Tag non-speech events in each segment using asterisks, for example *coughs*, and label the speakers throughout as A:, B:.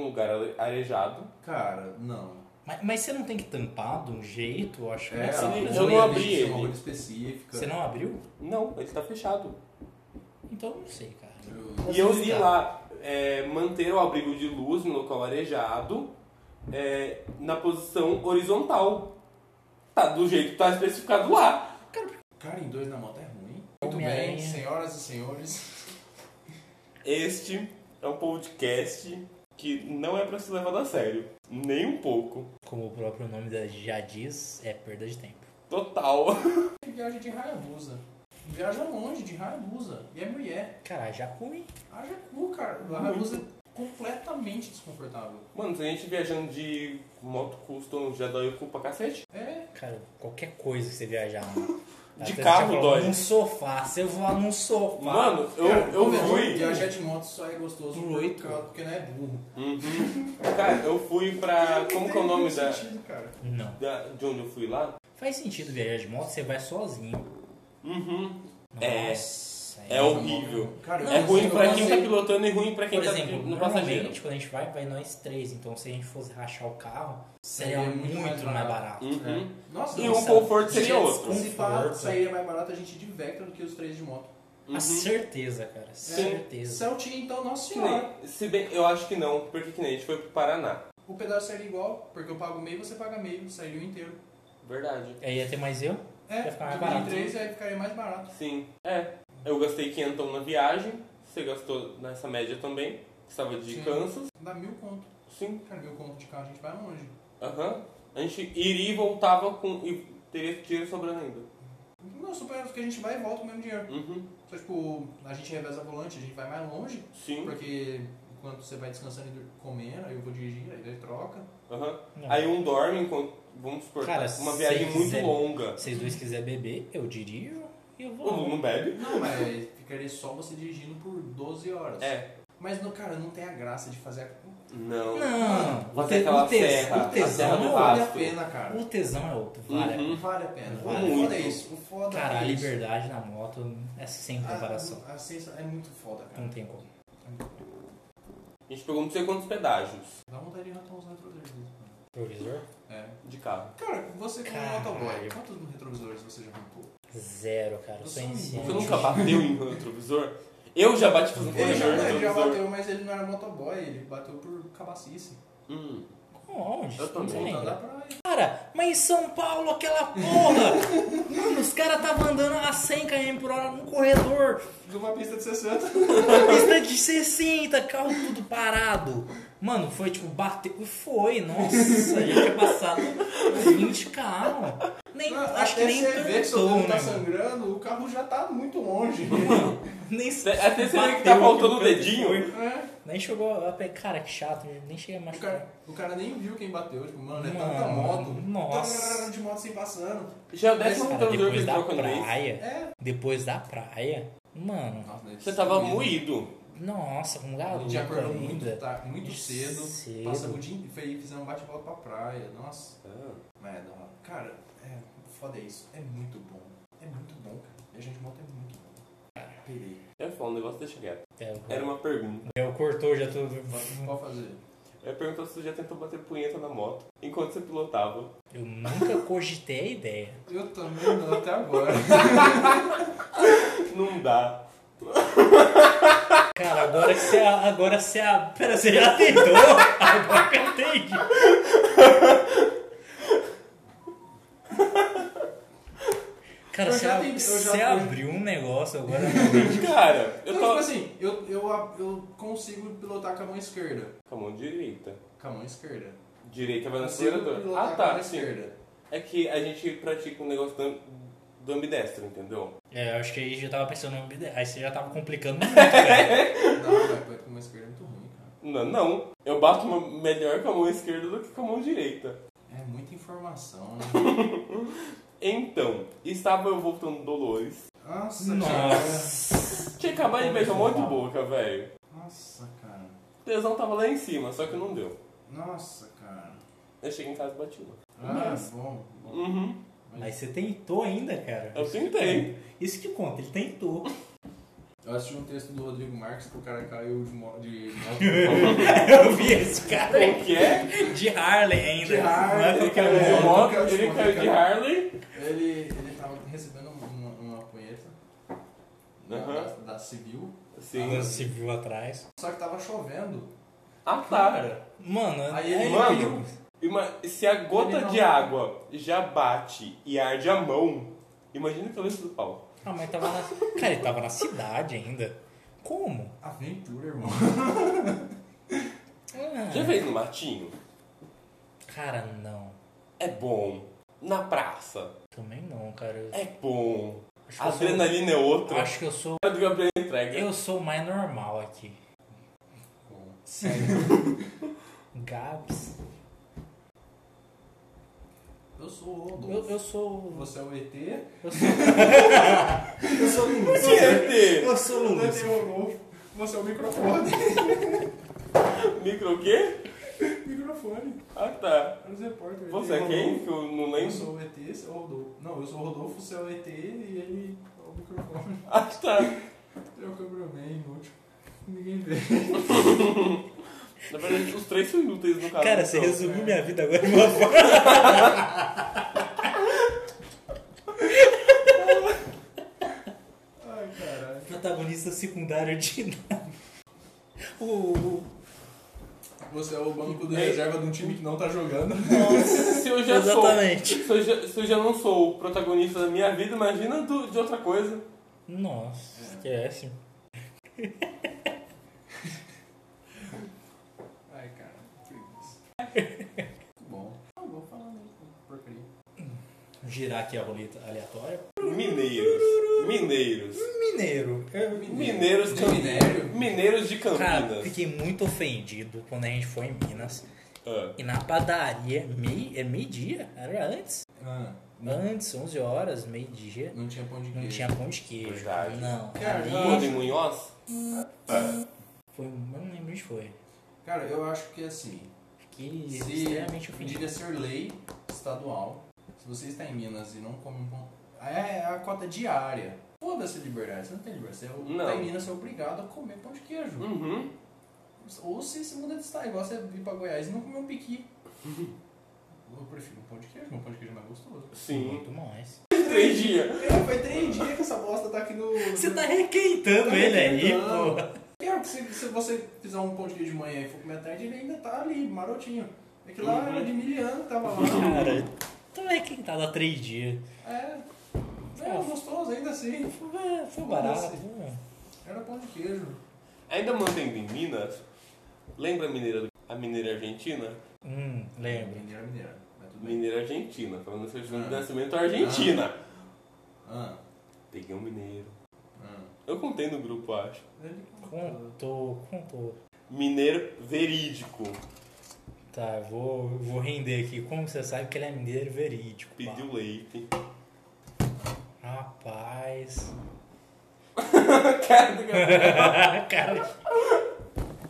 A: um lugar are- arejado.
B: Cara, não.
C: Mas, mas você não tem que tampar de um jeito, eu acho. né?
B: É,
C: Você
A: eu
B: a-
C: não-
A: não
B: tem uma
A: abri ele.
B: bolha específica.
C: Você não abriu?
A: Não, ele tá fechado.
C: Então eu não sei, cara.
B: Eu-
A: E eu li lá, é, manter o abrigo de luz no local arejado é, na posição horizontal. Tá do jeito que tá especificado lá.
B: Cara, em dois na moto é ruim. Muito
C: Homem-Aranha.
B: bem, senhoras e senhores.
A: Este é um podcast que não é pra se levar a sério. Nem um pouco.
C: Como o próprio nome da- já diz, é perda de tempo.
A: Total. *laughs*
B: Viaja de Hayabusa. Viaja longe de Hayabusa. E é mulher.
C: Cara, já comi.
B: Haja cu, cara. O Hayabusa é completamente desconfortável.
A: Mano, se a gente viajando de moto custom já dói o cu pra cacete.
B: É.
C: Cara, qualquer coisa que você viajar. mano.
A: De
C: Até
A: carro
C: você falou,
A: dói.
C: Num sofá. Se eu voar num sofá.
A: Mano, eu,
B: Cara,
A: eu
B: viajar-
A: fui.
B: Viajar de moto só é gostoso
C: Por
B: por
C: oito.
B: causa- porque não é burro.
A: Uhum. Cara, eu fui pra. Como que é o nome da,
B: Sentido, cara.
C: Não.
A: da. De onde eu fui lá?
C: Faz sentido viajar de moto, você vai sozinho.
A: Uhum. É.
C: Nossa.
A: É horrível.
B: Cara, eu
A: É ruim
B: eu
A: pra quem tá
B: passei-
A: pilotando e ruim pra quem
C: Por
A: tá
C: exemplo,
A: no passageiro.
C: normalmente quando a gente vai, vai nós três. Então se a gente fosse rachar o carro, seria
B: Seria
C: muito, mais barato.
A: Uhum.
B: É. Nossa,
A: E
B: não,
A: um
B: se-
A: conforto seria
C: Jets
A: outro.
C: com-
B: se pá,
C: conforto.
B: sairia mais barato a gente ir de Vectra do que os três de moto.
A: Uhum. É.
C: A certeza, cara. Certeza.
B: Celtinha, então, nossa
A: Que
B: senhora.
A: nem- se bem, eu acho que não, porque que nem a gente foi pro Paraná.
B: O pedaço seria igual, porque eu pago meio, você paga meio, sairia o inteiro.
A: Verdade.
C: Aí ia ter mais eu?
B: É,
C: Vai ficar mais
B: dividir em
C: barato.
B: três aí ficaria mais barato.
A: Sim. É. Eu gastei 500 na viagem. Você gastou nessa média também. que Estava de
B: Sim.
A: Kansas.
B: Dá mil conto.
A: Sim.
B: Cara, mil conto de carro, a gente vai longe.
A: Aham. A gente iria e voltava com. E teria dinheiro sobrando ainda.
B: Não, super, porque a gente vai e volta com o mesmo dinheiro.
A: Uhum.
B: Só, tipo, a gente reveza volante, a gente vai mais longe,
A: Sim.
B: porque enquanto você vai descansando e dur- comendo, aí eu vou dirigir, aí ele troca.
A: Aham.
C: Não.
A: Aí um dorme enquanto. Vamos supor, tá
C: Cara, é
A: uma
C: se
A: viagem muito
C: quiser-
A: longa.
C: Se vocês dois quiserem beber, eu dirijo e eu
A: O Lu
C: vou.
A: não bebe?
B: Não, mas ficaria só você dirigindo por 12 horas.
A: É.
B: Mas, não, cara, não tem a graça de fazer a...
A: Não.
C: Não,
A: Vai
C: o,
A: ter
C: te,
A: aquela
C: o, tes-
A: serra, a
C: o
A: serra
C: tesão
A: do
C: é
A: lado.
C: outro.
B: Vale a
A: Vasco.
B: pena, cara.
C: O tesão é outro. Vale.
A: Uhum.
B: Vale a pena.
C: Vale.
B: O
A: Muito.
B: foda é isso. O foda
C: Cara, a
B: é isso.
C: liberdade na moto é sem
A: Ah.
C: comparação.
B: A, a sensação é muito foda, cara.
C: Não tem como.
A: A gente pegou não sei quantos pedágios
B: Dá vontade de arrancar uns retrovisores. mano.
C: Provisor?
B: É.
A: de carro.
B: Cara, você como
C: Caralho.
B: motoboy, quantos retrovisores você já arrancou?
C: Zero, cara. Eu sou
B: Você
C: iniciante.
A: um Você nunca bateu em retrovisor? Eu já bati por um
B: Ele já,
A: retrovisor.
B: ele já
A: retrovisor.
B: bateu, mas ele não era motoboy, ele bateu por cabacice.
A: Hum.
C: Onde?
A: Eu tô
C: Não
A: voltando
C: lembra?
B: Voltando pra praia.
C: Cara, mas em São Paulo, aquela porra! *laughs* Mano, os caras estavam andando a 100 km por hora no corredor.
B: De uma pista de 60.
C: Na pista é de 60, carro tudo parado. Mano, foi tipo, bateu. Foi, nossa, já tinha passado 20 carros. Nem,
B: Não,
C: acho que
B: até
C: nem
B: você vê que seu
C: perguntou,
B: dedo
C: né?
B: tá
C: mano?
B: sangrando, o carro já tá muito
C: *laughs*
B: longe.
C: Nem
A: Até você vê que tá
C: bateu
A: faltando o
C: aqui no
A: dedinho.
B: é.
C: Nem chegou. eu falei, Cara, que chato, né? nem chega mais.
B: o, cara, o cara nem viu quem bateu, tipo, mano, é tanta
C: Mano,
B: moto.
C: nossa.
B: Tanta galera de moto sem passando.
A: Já é o décimo retrovisor
C: Cara,
A: que
C: depois
A: ele
C: da
A: trocou no mês.
C: praia.
B: É.
C: Depois da praia. Mano,
B: Nossa, né,
A: Você tava
B: destruído.
A: moído.
C: nossa, com
B: A
C: garoto
B: gente acordou muito,
C: ainda.
B: tá, muito
C: Muito
B: cedo,
C: cedo.
B: passamos o dia inteiro, fizemos um bate-volta pra praia, nossa.
A: Ah,
B: É, não, cara, é, foda isso, é muito bom, é muito bom, cara. E a gente monta é muito bom. Pirei.
A: Eu ia falar um negócio, deixa quieto.
C: É, o-
A: Era uma pergunta.
C: é, o cortou já tudo.
B: Pode fazer.
A: Eu ia perguntar se você já tentou bater punheta na moto enquanto você pilotava.
C: Eu nunca cogitei a ideia.
B: Eu também não, até agora.
A: Não dá.
C: Cara, agora que você. Agora você. Pera, você já tentou? Agora que eu entendi. Cara,
B: Eu
C: você,
B: já
C: ab-
B: tentei, eu já
C: você
B: fui.
C: abriu um negócio agora realmente.
A: Cara, *laughs* eu
B: Então,
A: tô.
B: tipo assim, eu, eu, eu consigo pilotar com a mão esquerda.
A: Com a mão direita.
B: Com a mão esquerda.
A: Direita vai na
B: Consigo
A: acelerador.
B: pilotar
A: Ah,
B: com a mão
A: tá, sim.
B: esquerda.
A: É que a gente pratica um negócio do, do ambidestro, entendeu?
C: É, eu acho que aí já tava pensando no ambide- Aí você já tava complicando muito, cara.
B: Não, cara, pilotar com a mão esquerda é muito ruim,
A: Não,
B: cara.
A: não. Eu bato uma- melhor com a mão esquerda do que com a mão direita.
B: É muita informação, né?
A: Então, estava eu voltando do Dolores.
B: Nossa, cara.
C: Nossa.
A: Tinha acabado de beijar um monte de boca, velho.
B: Nossa, cara.
A: O tesão tava lá em cima, só que não deu.
B: Nossa, cara.
A: Eu cheguei em casa e bati uma.
B: Ah, bom. bom.
A: Uhum.
C: Mas você tentou ainda, cara.
A: Eu tentei.
C: Isso que conta, ele tentou. *laughs*
B: Eu assisti um texto do Rodrigo Marques que o cara caiu de moto. De moto
C: *laughs* Eu vi esse cara aí.
A: Como que é?
C: de Harley ainda.
B: De Harley,
C: Não é
A: Ele
C: qualquer
A: caiu
B: É,
A: de
B: eu
C: um.
A: moto,
B: nunca te
A: ele
B: contei,
A: caiu de
B: cara.
A: Harley.
B: ele, ele tava recebendo uma, uma punheta da-
A: Aham.
B: da, da civil,
A: Sim.
C: Ah, Se viu atrás.
B: só que tava chovendo.
A: Ah, tá.
C: Mano,
B: Aí
C: é-
B: ele
A: mano.
B: pediu-
A: Ima- Se a gota
B: Ele não-
A: de água já bate e arde a mão, imagina a cabeça do pau.
C: Ah, mas tava na. *laughs* Cara, ele tava na cidade ainda. Como?
B: Aventura, irmão.
C: Ah,
A: Já fez no matinho?
C: Cara, não.
A: É bom. Na praça?
C: Também não, cara. Eu-
A: É bom. A
C: acho que eu sou-
A: adrenalina é outra.
C: Acho que eu sou.
A: A do Gabriel entrega.
C: Eu sou o mais normal aqui.
B: Bom,
C: Sério. Gabs.
B: *laughs* eu sou o
C: Eu,
B: Rodolfo.
C: eu sou.
B: Você é o ET.
C: Eu sou.
A: *laughs*
C: eu sou
B: *laughs*
A: Você é
C: Eu sou
B: Eu
C: Lúcio.
B: tenho o Rodolfo. Você é o microfone. *laughs*
A: ET? Micro o quê?
B: microfone.
A: Ah, tá.
B: Era os repórteres.
A: Você é quem? Que eu não
B: Eu
A: lembro.
B: sou o ET, você é o Rodolfo. Não, eu sou o Rodolfo, você é o ET e ele é o microfone. *laughs*
A: Ah, tá.
B: Ele é o cameraman, inútil. Ninguém vê.
A: Na verdade, os três são inúteis no caso.
C: Cara, você
A: então.
C: resumiu minha vida agora de uma forma.
B: Ai, caralho.
C: Protagonista secundário de *laughs* nada. Uh, O. o-
B: Você é o banco de
A: É.
B: reserva de um time que não tá jogando.
A: Se eu já sou.
C: Exatamente.
A: Se eu já, se eu já não sou o protagonista da minha vida, imagina do- de outra coisa.
C: Nossa, esquece.
B: Ai, cara, que *laughs* preguiça. Bom. Não, vou falando aí, porcaria.
C: Girar aqui a roleta aleatória.
A: Mineiros. Mineiros.
C: Mineiro.
B: É,
A: Mineiros
B: De
A: Cam-
B: minério?
A: Mineiros de
C: Cara,
A: Campinas.
C: fiquei muito ofendido quando a gente foi em Minas.
A: Ah,
C: E na padaria, mei, é meio-dia? Era antes?
B: Ah, não,
C: Antes, 11 horas, meio-dia.
B: não tinha pão de queijo.
C: Não tinha pão de queijo.
A: Verdade.
C: Não.
B: Cara,
A: Manda
C: Ali
A: em Munhoz?
C: foi. Eu não lembro onde foi.
B: Cara, eu acho que assim,
C: Fiquei
B: se
C: extremamente ofendido.
B: deveria ser lei estadual, se você está em Minas e não come um pão... É é a cota diária. Foda-se a liberdade, você não tem liberdade. Você é, o-
A: Não.
B: tá em Minas, você é obrigado a comer pão de queijo.
A: Uhum.
B: Ou se se muda de estado, igual você vir pra Goiás e não comer um piqui. Eu prefiro um pão de queijo, um pão de queijo é mais gostoso.
A: Sim.
C: Muito mais.
A: Três dias.
B: É, Faz três dias que essa bosta tá aqui no.
C: Você tá requentando ele né, aí,
B: Não.
C: pô.
B: Pior é que se, se você fizer um pão de queijo de manhã e for comer à tarde, ele ainda tá ali, marotinho. É que lá
A: Uhum.
B: era de miliano que tava lá.
C: Cara, tá requentado há três dias.
B: É. É, gostoso ainda assim.
C: Foi, foi barato.
B: Foda-se. Era pão de queijo.
A: Ainda mantendo em Minas, lembra a mineira, a mineira argentina?
C: Hum, lembro.
B: Mineiro, é mineiro. Mas tudo bem.
A: Mineira argentina. Falando seu
B: Ah.
A: de nascimento argentina.
B: Ah,
A: Peguei um mineiro.
B: ah.
A: Eu contei no grupo, acho.
B: Ele contou.
C: Contou, contou.
A: Mineiro verídico.
C: Tá, eu vou, eu vou render aqui. Como você sabe que ele é mineiro verídico? pá?
A: Pediu
C: *laughs*
A: leite.
C: Rapaz.
A: Cara do Gabriel.
C: Cara.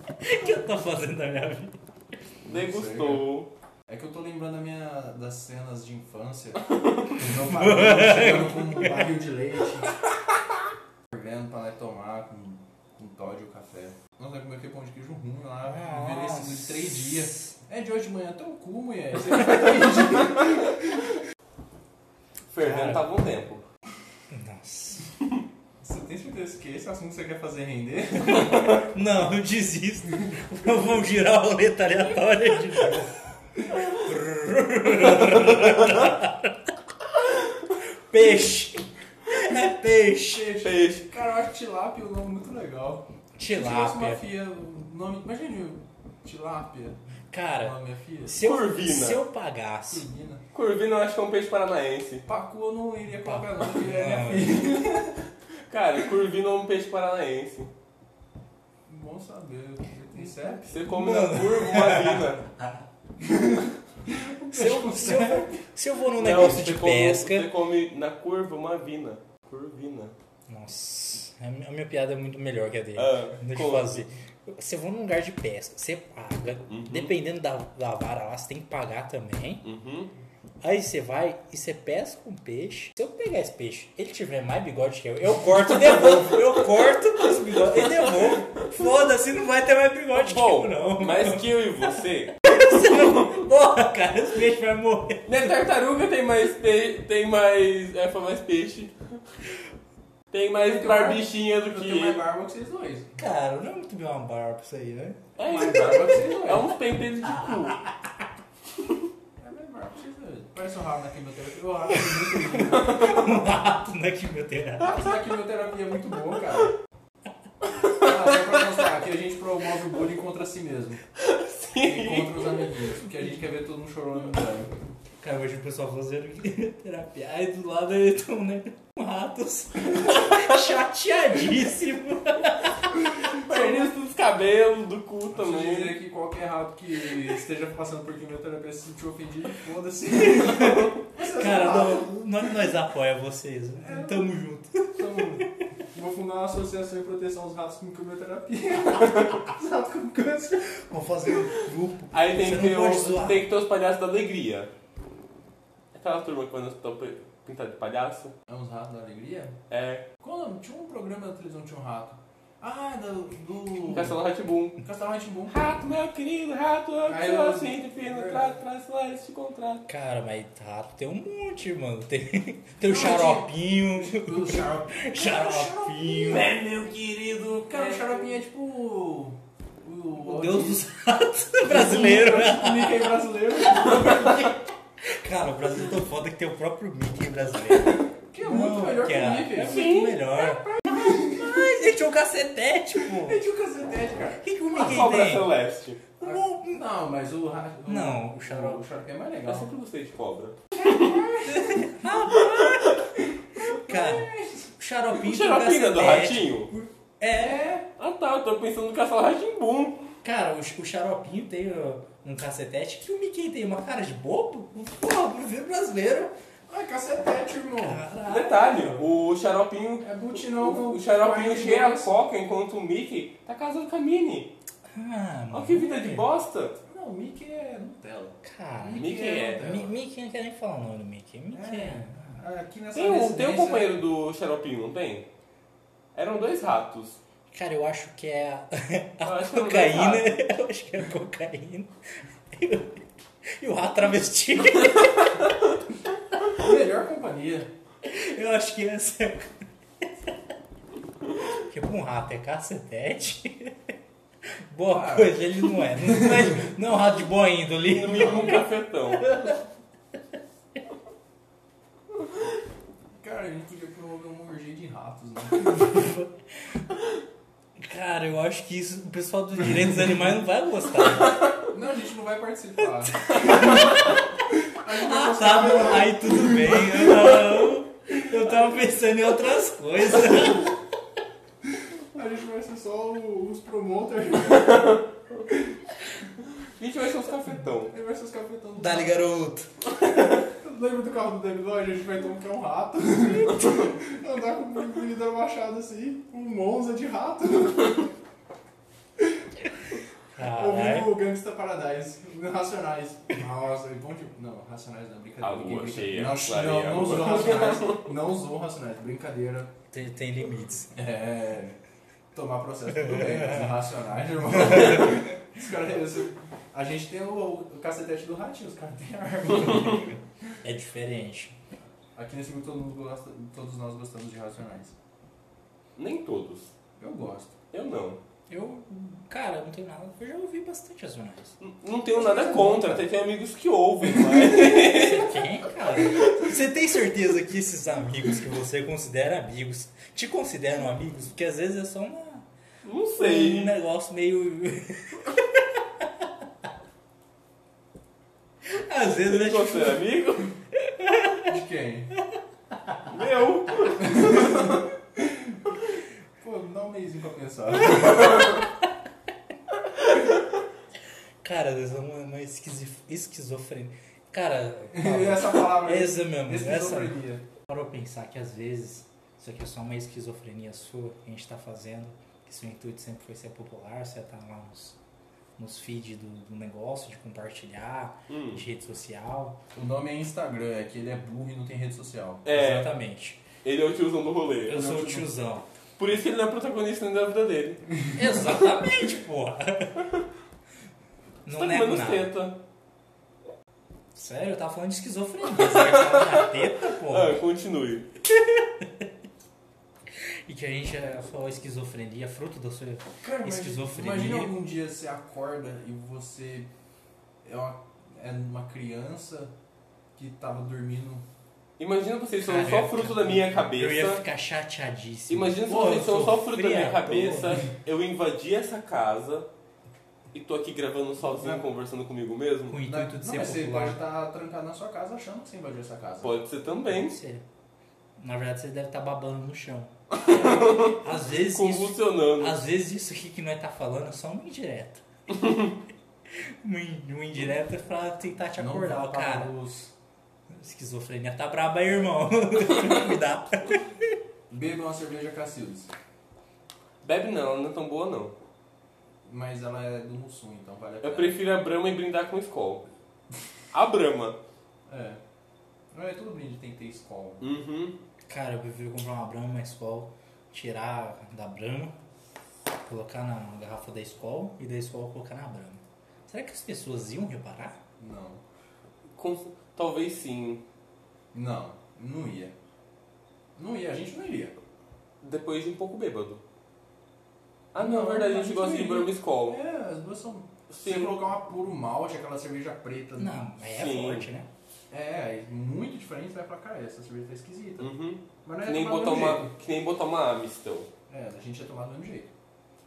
C: O que eu tô fazendo na minha vida?
A: Degustou.
B: É que eu tô lembrando a minha, das cenas de *laughs* infância. meu pai chegando com um barril de leite. Fervendo pra nós tomar com, com Todd e o café. Nossa, eu comi aquele pão de queijo ruim lá, envelhecido de três dias. É de hoje de manhã, teu cu, mulher. Você vai ficar três dias.
A: Fervendo
C: Cara.
A: tava um tempo.
C: Nossa.
B: Você tem certeza que esse é assunto você quer fazer render?
C: Não, eu desisto. Eu vou girar a roleta aleatória de novo. Peixe. É peixe.
A: Peixe.
B: Cara, eu acho tilápia um nome muito legal. Se
C: Tilápia.
B: fosse uma fia, o nome. Imagine o tilápia. O
C: Cara,
B: nome é fia.
C: se eu,
A: Corvina.
C: se eu pagasse...
B: Menina.
A: Corvina eu acho que é um peixe paranaense.
B: Pacu eu não iria colocar não, porque é minha
C: Ah,
B: filha.
A: Cara, corvina é um peixe paranaense.
B: Bom saber. Você tem CEP?
A: Você come na curva uma
C: *laughs*
A: vina.
C: Se eu, se, eu, se eu vou num
A: Não,
C: Um negócio
A: você
C: de
A: come-
C: pesca...
A: Você come na curva uma vina. Curvina.
C: Nossa, a mi- a minha piada é muito melhor que a dele.
A: Ah,
C: Deixa eu
A: conta.
C: fazer. Você vai num lugar de pesca, você paga.
A: Uhum.
C: Dependendo da, da vara lá, você tem que pagar também.
A: Uhum.
C: Aí você vai e você pesca um peixe. Se eu pegar esse peixe, ele tiver mais bigode que eu,
A: *laughs*
C: eu corto e devolvo. Eu corto os bigodes e devolvo. Foda-se, não vai ter mais bigode
A: Bom,
C: que eu, não.
A: mas que eu e você.
C: Você não... Porra, cara, os peixes vão morrer.
A: Minha tartaruga tem mais. Pe... Tem mais. É, foi mais peixe. Tem mais barbichinha do
B: Eu
A: que.
B: tenho mais barba que vocês dois.
C: Cara, não é muito bem uma barba isso aí, né?
A: É
B: Mais
A: isso.
B: barba que vocês dois.
A: É uns pentelhos de cu.
B: É mais barba que vocês dois. Parece um rabo na quimioterapia. O rabo é muito lindo.
C: Um rato na quimioterapia.
B: Mas a quimioterapia é muito boa, cara. Ah, só pra mostrar, aqui a gente promove o bullying contra si mesmo. E contra os amiguinhos. Porque a gente quer ver todo mundo chorando no banho.
C: Cara, hoje o pessoal fazendo *laughs* quimioterapia. Aí do lado eles estão, né? Com ratos. *laughs* Chateadíssimo.
A: Pernas dos cabelos, do cu
B: Preciso
A: também.
B: dizer que qualquer rato que esteja passando por quimioterapia se sentiu ofendido, *laughs* foda-se.
C: Cara, não- nós, nós apoia vocês. né? Tamo junto.
B: Então, vou fundar uma associação de proteção aos ratos com quimioterapia. Os *laughs* ratos com câncer.
C: Vamos fazer um grupo.
A: Aí tem
C: Você
A: que,
C: não
A: ter
C: pode
A: o,
C: zoar.
A: tem que ter os palhaços da alegria. Aquela turma que quando estão pintada de palhaço.
B: É uns ratos da alegria?
A: É.
B: Qual o nome? Tinha um programa na televisão que tinha um rato. Ah, do. do...
A: um Castelo Ratboom.
B: Castelo Hatboom.
A: Rato, meu querido, rato, eu
B: Aí
A: que
B: eu-
A: assim, te fiz no trato, traz lá esse contrato.
C: Cara, mas rato tem um monte, mano. Tem, tem o xaropinho.
B: Do xarope.
C: Xaropinho.
A: É, meu querido,
B: Cara, o
A: cara.
B: xaropinho é tipo. O, o
C: O Deus dos ratos brasileiro.
B: É tipo *laughs* o Mickey brasileiro.
C: Cara, o Brasil é tão foda que tem o próprio Mickey brasileiro.
B: Que é muito
C: Não,
B: melhor que
C: cara,
B: o
C: É
B: Mickey.
C: muito melhor. Mas ele tinha um cacetete, pô.
B: É tipo cacetete,
C: O
B: cara.
C: que, que o
A: A
C: Mickey
A: cobra
C: tem?
A: celeste.
C: O-
B: Não, mas o ra-
C: Não, o xarope.
B: O xarope é mais
A: Eu
B: legal.
A: sempre gostei de cobra.
C: Cara, o xaropinho
A: O
C: tem um
A: xaropinho é do
C: cacetete.
A: ratinho?
C: É,
A: Ah tá, eu tô pensando no Castelo Ratimbum.
C: Cara, o, o xaropinho tem ó, um cacetete que o Mickey tem uma cara de bobo. Porra, brasileiro brasileiro. Ah,
B: Ah, cacetete, irmão.
C: Caralho.
A: Detalhe, o xaropinho.
B: É butinão
A: O,
B: com
A: o xaropinho
B: quarenta
A: cheira a
B: reais.
A: coca enquanto o Mickey tá casando com a Minnie.
C: Ah, mano.
A: Olha que vida de bosta.
B: Não, o Mickey é Nutella.
C: Cara,
A: Mickey é.
B: Nutella. Ah,
C: Mi- Mickey não quer nem falar o nome do Mickey. Mickey é.
B: Aqui nessa
A: Tem um, tem
B: residência-
A: um companheiro do xaropinho, não tem? Eram dois ratos.
C: Cara, eu acho que é a, a
A: Eu acho que é o
C: cocaína.
A: rato.
C: *laughs* Eu acho que é a cocaína. E o- E o rato travesti.
B: Melhor companhia.
C: Eu acho que essa é a *laughs* cocaína. Porque pra um rato é cacetete. *laughs* Boa
B: Ah.
C: coisa, ele não é. Não, mas não é um rato de boa índole.
A: No mínimo um cafetão.
B: Cara, a gente podia promover uma orgia de ratos, né? *laughs*
C: Cara, eu acho que isso, o pessoal dos direitos dos animais não vai gostar.
B: Não, a gente não vai
A: *laughs*
B: participar. A gente vai
C: Ah,
B: gostar
C: tá,
B: do-
C: bom, aí tudo bem. Eu, eu tava pensando em outras coisas.
B: A gente vai ser só o- os promoters. né?
A: A gente vai ser uns cafetão.
B: Ele vai ser os cafetão do
A: Tá
C: Dali, garoto.
B: Lembra do carro do David Lloyd? A gente vai ter um que é um rato. *laughs* Andar com o menino machado assim, um monza de rato.
C: Caralho.
B: Ouvindo o Gangsta Paradise, Racionais. é? Ah, Nossa, e bom de... Não, Racionais não, brincadeira.
A: A lua
B: Ninguém brinca-
A: cheia,
B: Não,
A: clareia
B: não,
A: a
B: não
A: lua.
B: usou Racionais. Não usou Racionais, brincadeira.
C: Tem, tem limites.
B: É. Tomar processo tudo *laughs* bem, mas racionais, *laughs* irmão. Os caras. os- A gente tem o, o cacetete do ratinho, os caras têm arma. *laughs*
C: É diferente.
B: Aqui nesse grupo todo mundo gosta, todos nós gostamos de racionais.
A: Nem todos.
B: Eu gosto.
A: Eu não.
C: Eu, cara, eu não tenho nada. Eu já ouvi bastante as jornais.
A: N- Não tenho nada contra, até tem amigos que ouvem, mas.
C: Você tem, cara? Você tem certeza que esses amigos que você considera amigos te consideram amigos? Porque às vezes é só uma,
A: Não
C: um
A: sei.
C: negócio meio. *laughs* Às vezes né, tipo, a gente
A: Você é amigo?
B: De quem?
A: Meu!
B: Pô, dá um meizinho pra pensar. *laughs*
C: Cara, às vezes é uma, uma esquizi- esquizofrenia. Cara,
B: E *laughs* essa palavra.
C: é essa mesmo. Essa.
B: Esquizofrenia.
C: Parou pra pensar que às vezes isso aqui é só uma esquizofrenia sua que a gente tá fazendo, que seu intuito sempre foi ser popular, você tá lá nos, nos feeds do, do negócio, de compartilhar,
A: Hum.
C: de rede social.
B: O nome é Instagram, é que ele é burro e não tem rede social.
A: É,
C: Exatamente.
A: ele é o tiozão do rolê.
C: Eu sou o tiozão. *laughs*
A: Por isso que ele não é protagonista nem da vida dele.
C: Exatamente, porra.
A: Você
C: Não
A: tá
C: nego
A: comendo
C: nada.
A: teta.
C: Sério, eu tava falando de esquizofrenia. Você tá na teta, porra.
A: Ah, continue.
C: E que a gente já falou esquizofrenia, fruto da sua.
B: Cara, mas
C: Esquizofrenia.
B: Imagina algum dia você acorda e você é uma, é uma criança que tava dormindo.
A: Imagina vocês são
C: Cara, eu
A: só
C: ia
A: fruto
C: ficar-
A: da minha
C: Eu ia
A: cabeça.
C: ficar chateadíssimo.
A: Imagina se
C: Pô,
A: vocês
C: eu
A: são
C: sou
A: só fruto da minha
C: friador.
A: cabeça. Eu invadi essa casa e tô aqui gravando sozinho,
B: Não.
A: conversando comigo mesmo.
C: Com o intuito de
B: não,
C: ser
B: mas você pode estar
C: popular.
B: trancado na sua casa achando que você invadiu essa casa.
A: Pode ser
C: Pode
A: também.
C: ser. Na verdade, você deve estar babando no
A: *laughs*
C: chão. às, vezes isso,
A: Convulsionando.
C: às vezes isso aqui que nós tá falando é só uma
A: *laughs*
C: indireta. uma in- uma indireta pra tentar te
B: Não
C: acordar,
B: vá para a
C: cara.
B: luz.
C: Esquizofrenia tá braba
A: *laughs*
C: aí, irmão. Cuidado.
B: Beba uma cerveja Cacildes.
A: Bebe não, ela não é tão boa não.
B: Mas ela é do Mussum, então vale a pena.
A: Eu prefiro a Brahma e brindar com Skol. A Brahma.
B: É. Não é todo brinde tem que ter escola.
A: Uhum.
C: Cara, eu prefiro comprar uma Brahma, uma Skol, tirar da Brahma, colocar na garrafa da Skol e da Skol colocar na Brahma. Será que as pessoas iam reparar?
B: Não.
A: Com- Talvez sim.
B: Não. Não ia. Não ia, a gente não iria.
A: Depois de um pouco bêbado. Ah não, é
B: Não,
A: verdade, a
B: a
A: gente
B: gente
A: gosta de
B: iria.
A: Brahma e Skol.
B: É, as duas são. Se você
A: Sim.
B: colocar uma puro malte, aquela cerveja preta.
C: Não, aí é
A: Sim.
C: forte, né?
B: É, é muito diferente, você vai falar, cara, essa cerveja tá esquisita.
A: Uhum.
B: Mas não
A: Que
B: ia
A: nem
B: tomar do
A: botar
B: mesmo
A: uma, que nem botar uma Amistel.
B: jeito. É, a gente ia tomar do mesmo jeito.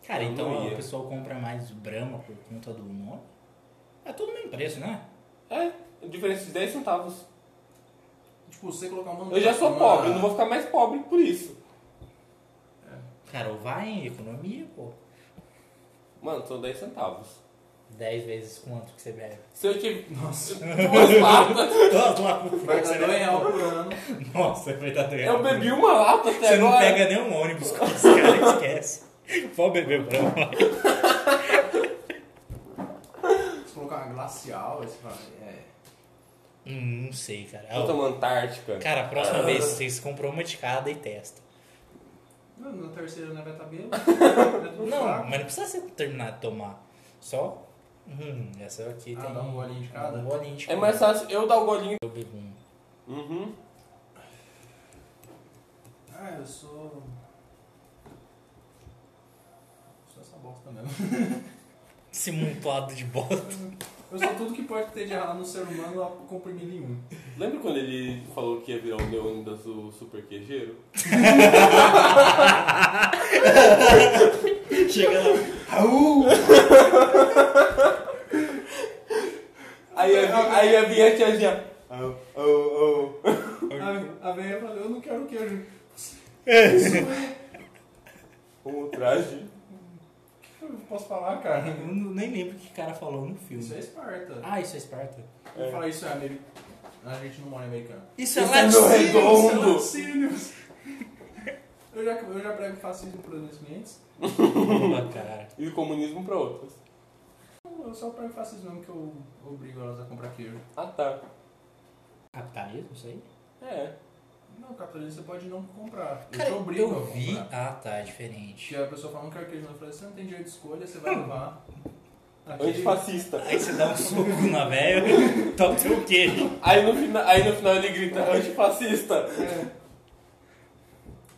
C: Cara,
A: Eu não
C: então
A: ia.
C: o pessoal compra mais Brahma por conta do nome. É tudo o mesmo preço, né?
A: É, diferença de 10 centavos.
B: Tipo, você colocar uma.
A: Eu já sou
B: uma-
A: pobre, eu não né? vou ficar mais pobre por isso.
C: Cara, ou vai em economia, pô.
A: Mano, são 10 centavos.
C: 10 vezes quanto que
A: *laughs*
C: você bebe?
A: Se eu tiver
B: Nossa,
A: duas latas,
C: Nossa, lá pro
B: vai
C: você
B: dar dois real por ano.
C: bebe- Nossa, vai dar dois
A: eu
C: reais.
A: bebi uma lata até
C: Você não
A: agora.
C: pega nem um ônibus com os caras, esquece. *laughs* Pode beber Brahma.
B: Se colocar uma glacial, aí você fala, é.
C: Hum, não sei, cara.
A: Eu Ah. tô tomando Antártica.
C: Cara, a próxima vez vocês compram uma de cada e testa.
B: Não, na terceira não vai estar bêbado.
C: *laughs*
B: É
C: Não, mas não precisa ser terminar de tomar. Só. Hum, essa aqui
B: Ah,
C: tem.
B: dá um golinho de cada?
C: Um golinho de
A: É
C: cada.
A: mais fácil eu dar o golinho.
C: Eu bebo um.
A: Uhum.
B: Ah, eu sou. Sou essa bosta mesmo.
C: Esse montado de bosta.
B: Eu sou tudo que pode ter de errado no ser humano lá comprimido em um.
A: Lembra quando ele falou que ia virar o Leônidas o super queijeiro?
C: *laughs* Chega lá. Raul!
A: Aí ia, aí ia vir a tiazinha. Oh, oh, oh.
B: A, a velha falou, eu não quero queijo. é-
A: Um traje.
B: Eu posso falar, cara.
C: Eu não- nem lembro o que o cara falou no
B: Isso é
C: filme.
B: Esparta.
C: Ah, isso é Esparta.
B: Eu vou falar isso é americano. A gente não mora em americano.
C: Isso é
A: Isso é
C: laticínio!
A: meu
B: Isso é
A: Redondo.
B: laticínios. Eu já, eu já prego fascismo para os meus clientes.
C: Boa, cara.
A: E comunismo pra outras.
B: Eu só prego fascismo mesmo que eu obrigo elas a comprar queijo.
A: Ah tá.
C: Capitalismo, Ah, tá isso aí?
A: É.
B: Não, capitalismo você pode não comprar. Eu
C: Cara,
B: te obrigo
C: eu
B: a
C: vi.
B: comprar.
C: Ah, tá, é diferente.
B: Que a pessoa fala, não quero queijo. Eu falei, você não tem direito de escolha, você vai
A: *laughs*
B: levar. Aquele-
A: Antifascista.
C: Aí você dá um soco na velha, *laughs* toca o teu queijo.
A: Aí no, fina, aí no final ele grita antifascista.
B: É.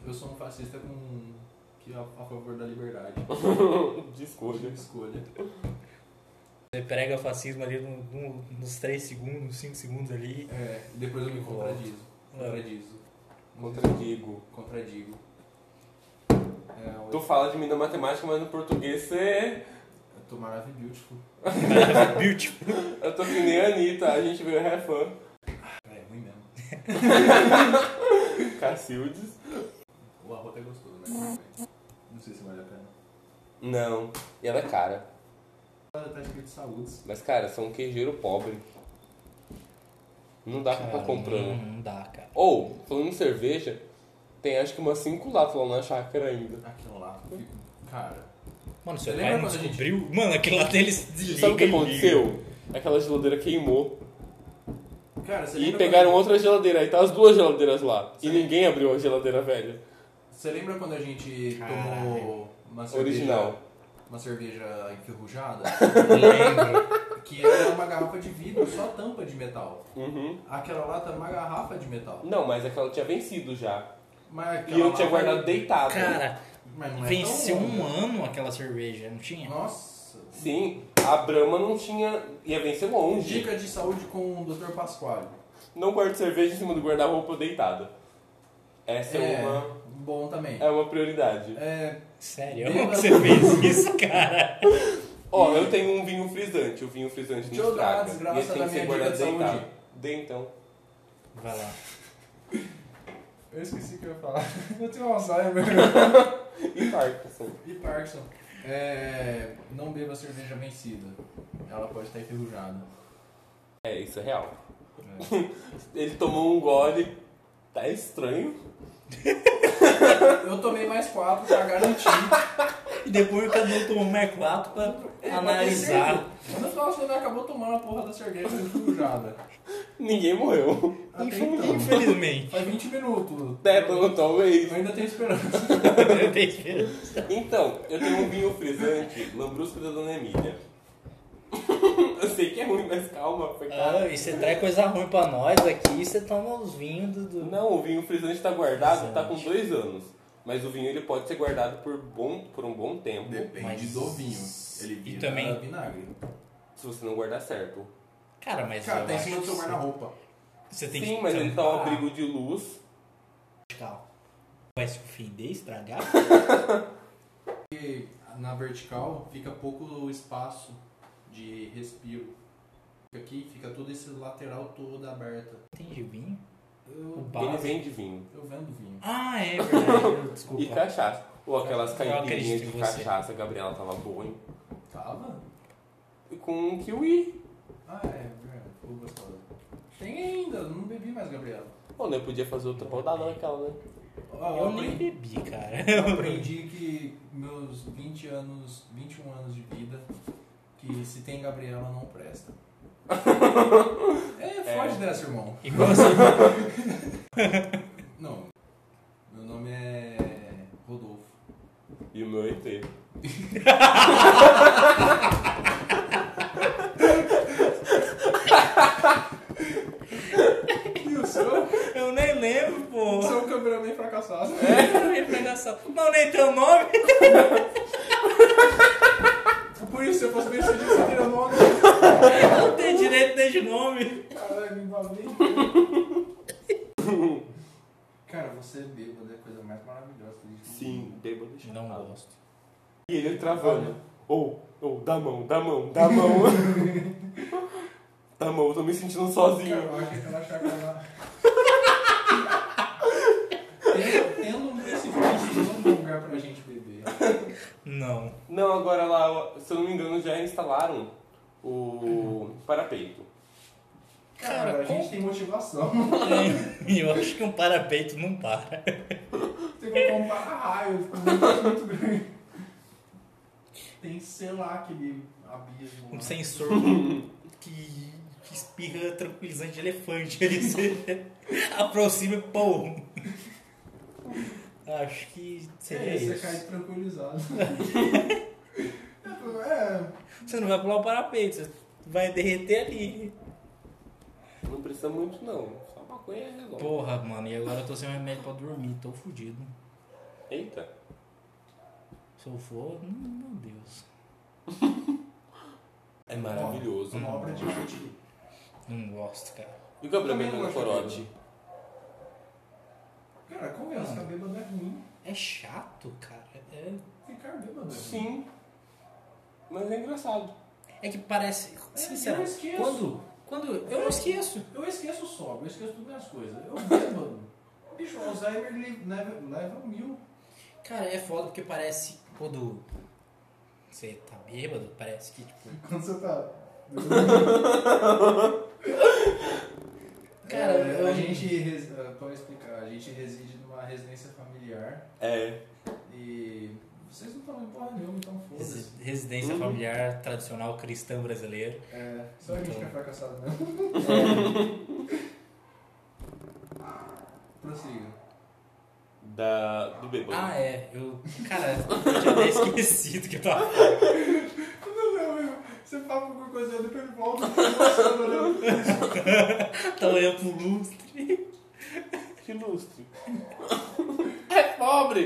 B: Eu sou um fascista com que é a a favor da liberdade.
A: De
B: De
A: escolha.
B: escolha.
C: Você prega o fascismo ali no- no- nos 3 segundos, nos 5 segundos ali.
B: É, depois eu me contradizo. Contradizo.
A: É. Contradigo.
B: Contradigo. É, eu
A: Tu fala de mim na matemática, mas no português você. é-
B: eu tô maravilhoso. tipo, beautiful.
C: Beautiful.
A: Eu tô que nem a Anitta, a gente veio refã.
B: Cara, é ruim mesmo.
A: Cacildes.
B: O arroz é gostoso, né? Não sei se vale a pena.
A: Não. E ela é cara.
B: Ah, Tá escrito saúde.
A: Mas, cara, são um queijeiro pobre. Não dá pra
C: Cara,
A: ficar comprando.
C: Não, não dá, cara.
A: Ou, falando em
B: é um
A: cerveja, tem acho que umas 5 latas lá na chácara ainda.
B: Aquilo lá, eu fico. Cara,
C: Mano, seu
B: Você
C: pai
B: lembra
C: não
B: quando a gente-
C: descobriu. Mano, aquilo lá deles desliga.
A: Sabe o que
C: e liga.
A: aconteceu? Aquela geladeira queimou
B: Cara, você
A: e
B: lembra
A: pegaram
B: quando...
A: outra geladeira. Aí tá as duas geladeiras lá. E
B: Sim.
A: ninguém abriu a geladeira velha.
B: Você lembra quando a gente
C: Caralho.
B: tomou uma cerveja...
A: Original.
B: Uma cerveja enferrujada?
C: Lembro.
B: que era uma garrafa de vidro, só tampa de metal.
A: Uhum.
B: Aquela lá tá uma garrafa de metal.
A: Não, mas aquela tinha vencido já.
B: Mas
A: E
B: aquela
A: eu
B: lá
A: tinha
B: vai-
A: guardado deitado.
C: Cara,
B: Mas não é
C: venceu
B: tão-
C: um ano aquela cerveja, não tinha?
B: Nossa.
A: Sim, a Brahma não tinha. ia vencer longe.
B: Dica de saúde com o Dr. Pasquale.
A: Não guarde cerveja em cima do guarda-roupa deitada. Essa é, uma.
B: bom também.
A: É uma prioridade.
B: É,
C: Sério?
B: Bêbado.
C: Você fez isso, cara?
A: Ó, eu tenho um vinho frisante. O vinho frisante
B: Deixa
A: não
B: eu dar a
A: estraga. E
B: desgraça
A: ele tem
B: da
A: que ser
B: minha dica
A: guardado
B: de saúde.
A: deitado. Dê então.
C: Vai lá.
B: eu esqueci o que eu ia falar. *laughs* Eu tenho Alzheimer.
A: Infarto, assim.
B: e Parkinson. É, não beba cerveja vencida. Ela pode estar enferrujada.
A: É, isso é real.
B: É.
A: Ele tomou um gole. Tá estranho.
B: Eu tomei mais quatro pra garantir.
C: E depois cada um tomou mais quatro pra analisar.
B: Quando eu tava falando, acabou tomando a porra da cerveja enferrujada.
A: Ninguém morreu.
B: Até então.
C: *laughs* Infelizmente.
B: Faz 20 minutos.
A: Tétano, talvez. né?
B: Eu ainda tenho esperança.
C: Eu tenho esperança.
A: Então, eu tenho um vinho frisante, lambrusco da Dona Emília. *laughs* eu sei que é ruim, mas calma, foi caro.
C: Ah, e você traz coisa ruim pra nós aqui, você toma os vinhos do. do-
A: Não, o vinho frisante tá guardado, tá com
C: Frisante.
A: dois anos. Mas o vinho ele pode ser guardado por, bom, por um bom tempo,
B: Depende
C: Mas-
B: do vinho. Ele
C: E
B: vira
C: também-
B: vinagre.
A: se você não guardar certo.
C: Cara, mas.
B: Cara,
C: eu
B: tá em
C: acho
B: cima do
C: que
B: seu
C: você-
B: guarda-roupa.
C: Você tem
A: Sim,
C: que
A: mas ele tá ao
C: tampar.
A: abrigo de luz.
C: Vertical. Vai se ofender, estragar?
B: Porque na vertical fica pouco espaço de respiro. Aqui fica todo esse lateral toda aberta.
C: Entende vinho? O
B: Eu,
A: Ele
C: básico.
A: vende vinho.
B: eu vendo vinho.
C: Ah, é verdade. *laughs* eu- Desculpa.
A: E cachaça. Ou aquelas
C: Eu
A: caipirinhas
C: acredito
A: de
C: em você.
A: cachaça, a Gabriela tava boa, hein?
B: Tava?
A: E com um kiwi.
B: Ah, é, verdade. Ficou gostosa. Tem ainda, não bebi mais, Gabriela.
A: Pô, não né, podia fazer outra rodada naquela, né?
B: Ó,
C: Eu nem
B: aprendi,
C: bebi, cara.
B: *laughs* eu aprendi que meus 20 anos, 21 anos de vida, que se tem Gabriela não *laughs* presta. é, foge dessa, irmão.
C: *laughs* Igual você.
B: Não. Meu nome é Rodolfo.
A: E o meu ET.
B: E o seu? *laughs*
C: Eu nem lembro, pô.
B: O seu um cameraman fracassado.
C: Eu ia pegar só. É, Não, nem teu nome. *laughs*
B: Por isso, se eu fosse bem sucedido, você teria um nome.
C: Não tem direito nem de nome.
B: Caralho, me babei. Cara, você bêbado é a coisa mais maravilhosa que a gente
A: Sim, Tá bêbado.
C: Não gosto.
A: E ele travando. Ou, ou, dá a mão, dá a mão, dá a *laughs* mão. dá a mão, eu tô me sentindo
B: Cara,
A: sozinho.
B: eu acho que ela chacoalha. Tendo um precipício, não é um lugar pra gente beber.
C: Não.
A: Não, agora lá, se eu não me engano, já instalaram o parapeito.
C: Cara,
B: Cara, a gente
C: como-
B: tem motivação. *laughs*
C: E *laughs* eu acho que um parapeito não para.
B: Tem que comprar raio, ficou muito, muito grande. Tem que selar aquele abismo.
C: Um
B: lá. *laughs*
C: sensor que, que espirra tranquilizante de elefante. Ele se *laughs* aproxima e pum. Acho que seria
B: É, você
C: isso.
B: cai tranquilizado. é,
C: Você não vai pular o parapeito, você vai derreter ali.
A: Não precisa muito, não. Só maconha resolve.
C: Porra, mano, e agora eu tô sem remédio pra dormir, tô fudido.
A: Eita.
C: Se eu for, hum, meu Deus.
A: É maravilhoso.
B: uma obra de arte.
C: Não gosto, cara.
A: E o Gabriel
B: Também
A: bebendo um
B: gosto de
A: corote?
B: é Cara, convença, ficar bêbado é ruim.
C: É chato, cara. É,
B: Ficar bêbado é ruim.
A: Sim. Mas é engraçado.
C: é que parece.
B: eu
C: Sinceramente,
B: esqueço.
C: quando, quando. Eu não esqueço.
B: Eu esqueço sóbrio, eu esqueço todas as coisas. Eu bêbado. Bicho, o Alzheimer ele leva, leva mil.
C: Cara, é foda porque parece quando. Você tá bêbado, parece que, tipo.
B: Quando você *laughs* tá.
C: Cara,
B: É, a
C: eu-
B: gente. res- ah, Como explicar? A gente reside numa residência familiar
A: É.
B: e Vocês não estão vendo porra nenhuma, então foda-se.
C: Resi- Residência
A: Uhum.
C: familiar tradicional cristã brasileira.
B: É, só a gente que é fracassado mesmo. *laughs* Prossiga.
A: Da, do bêbado.
C: Ah, é. Eu, cara, eu tinha até esquecido que eu tava falando.
B: Não, não, não. Você fala alguma coisa, depois ele volta. Não,
C: Tava olhando pro lustre.
A: Ilustre. *laughs* é pobre.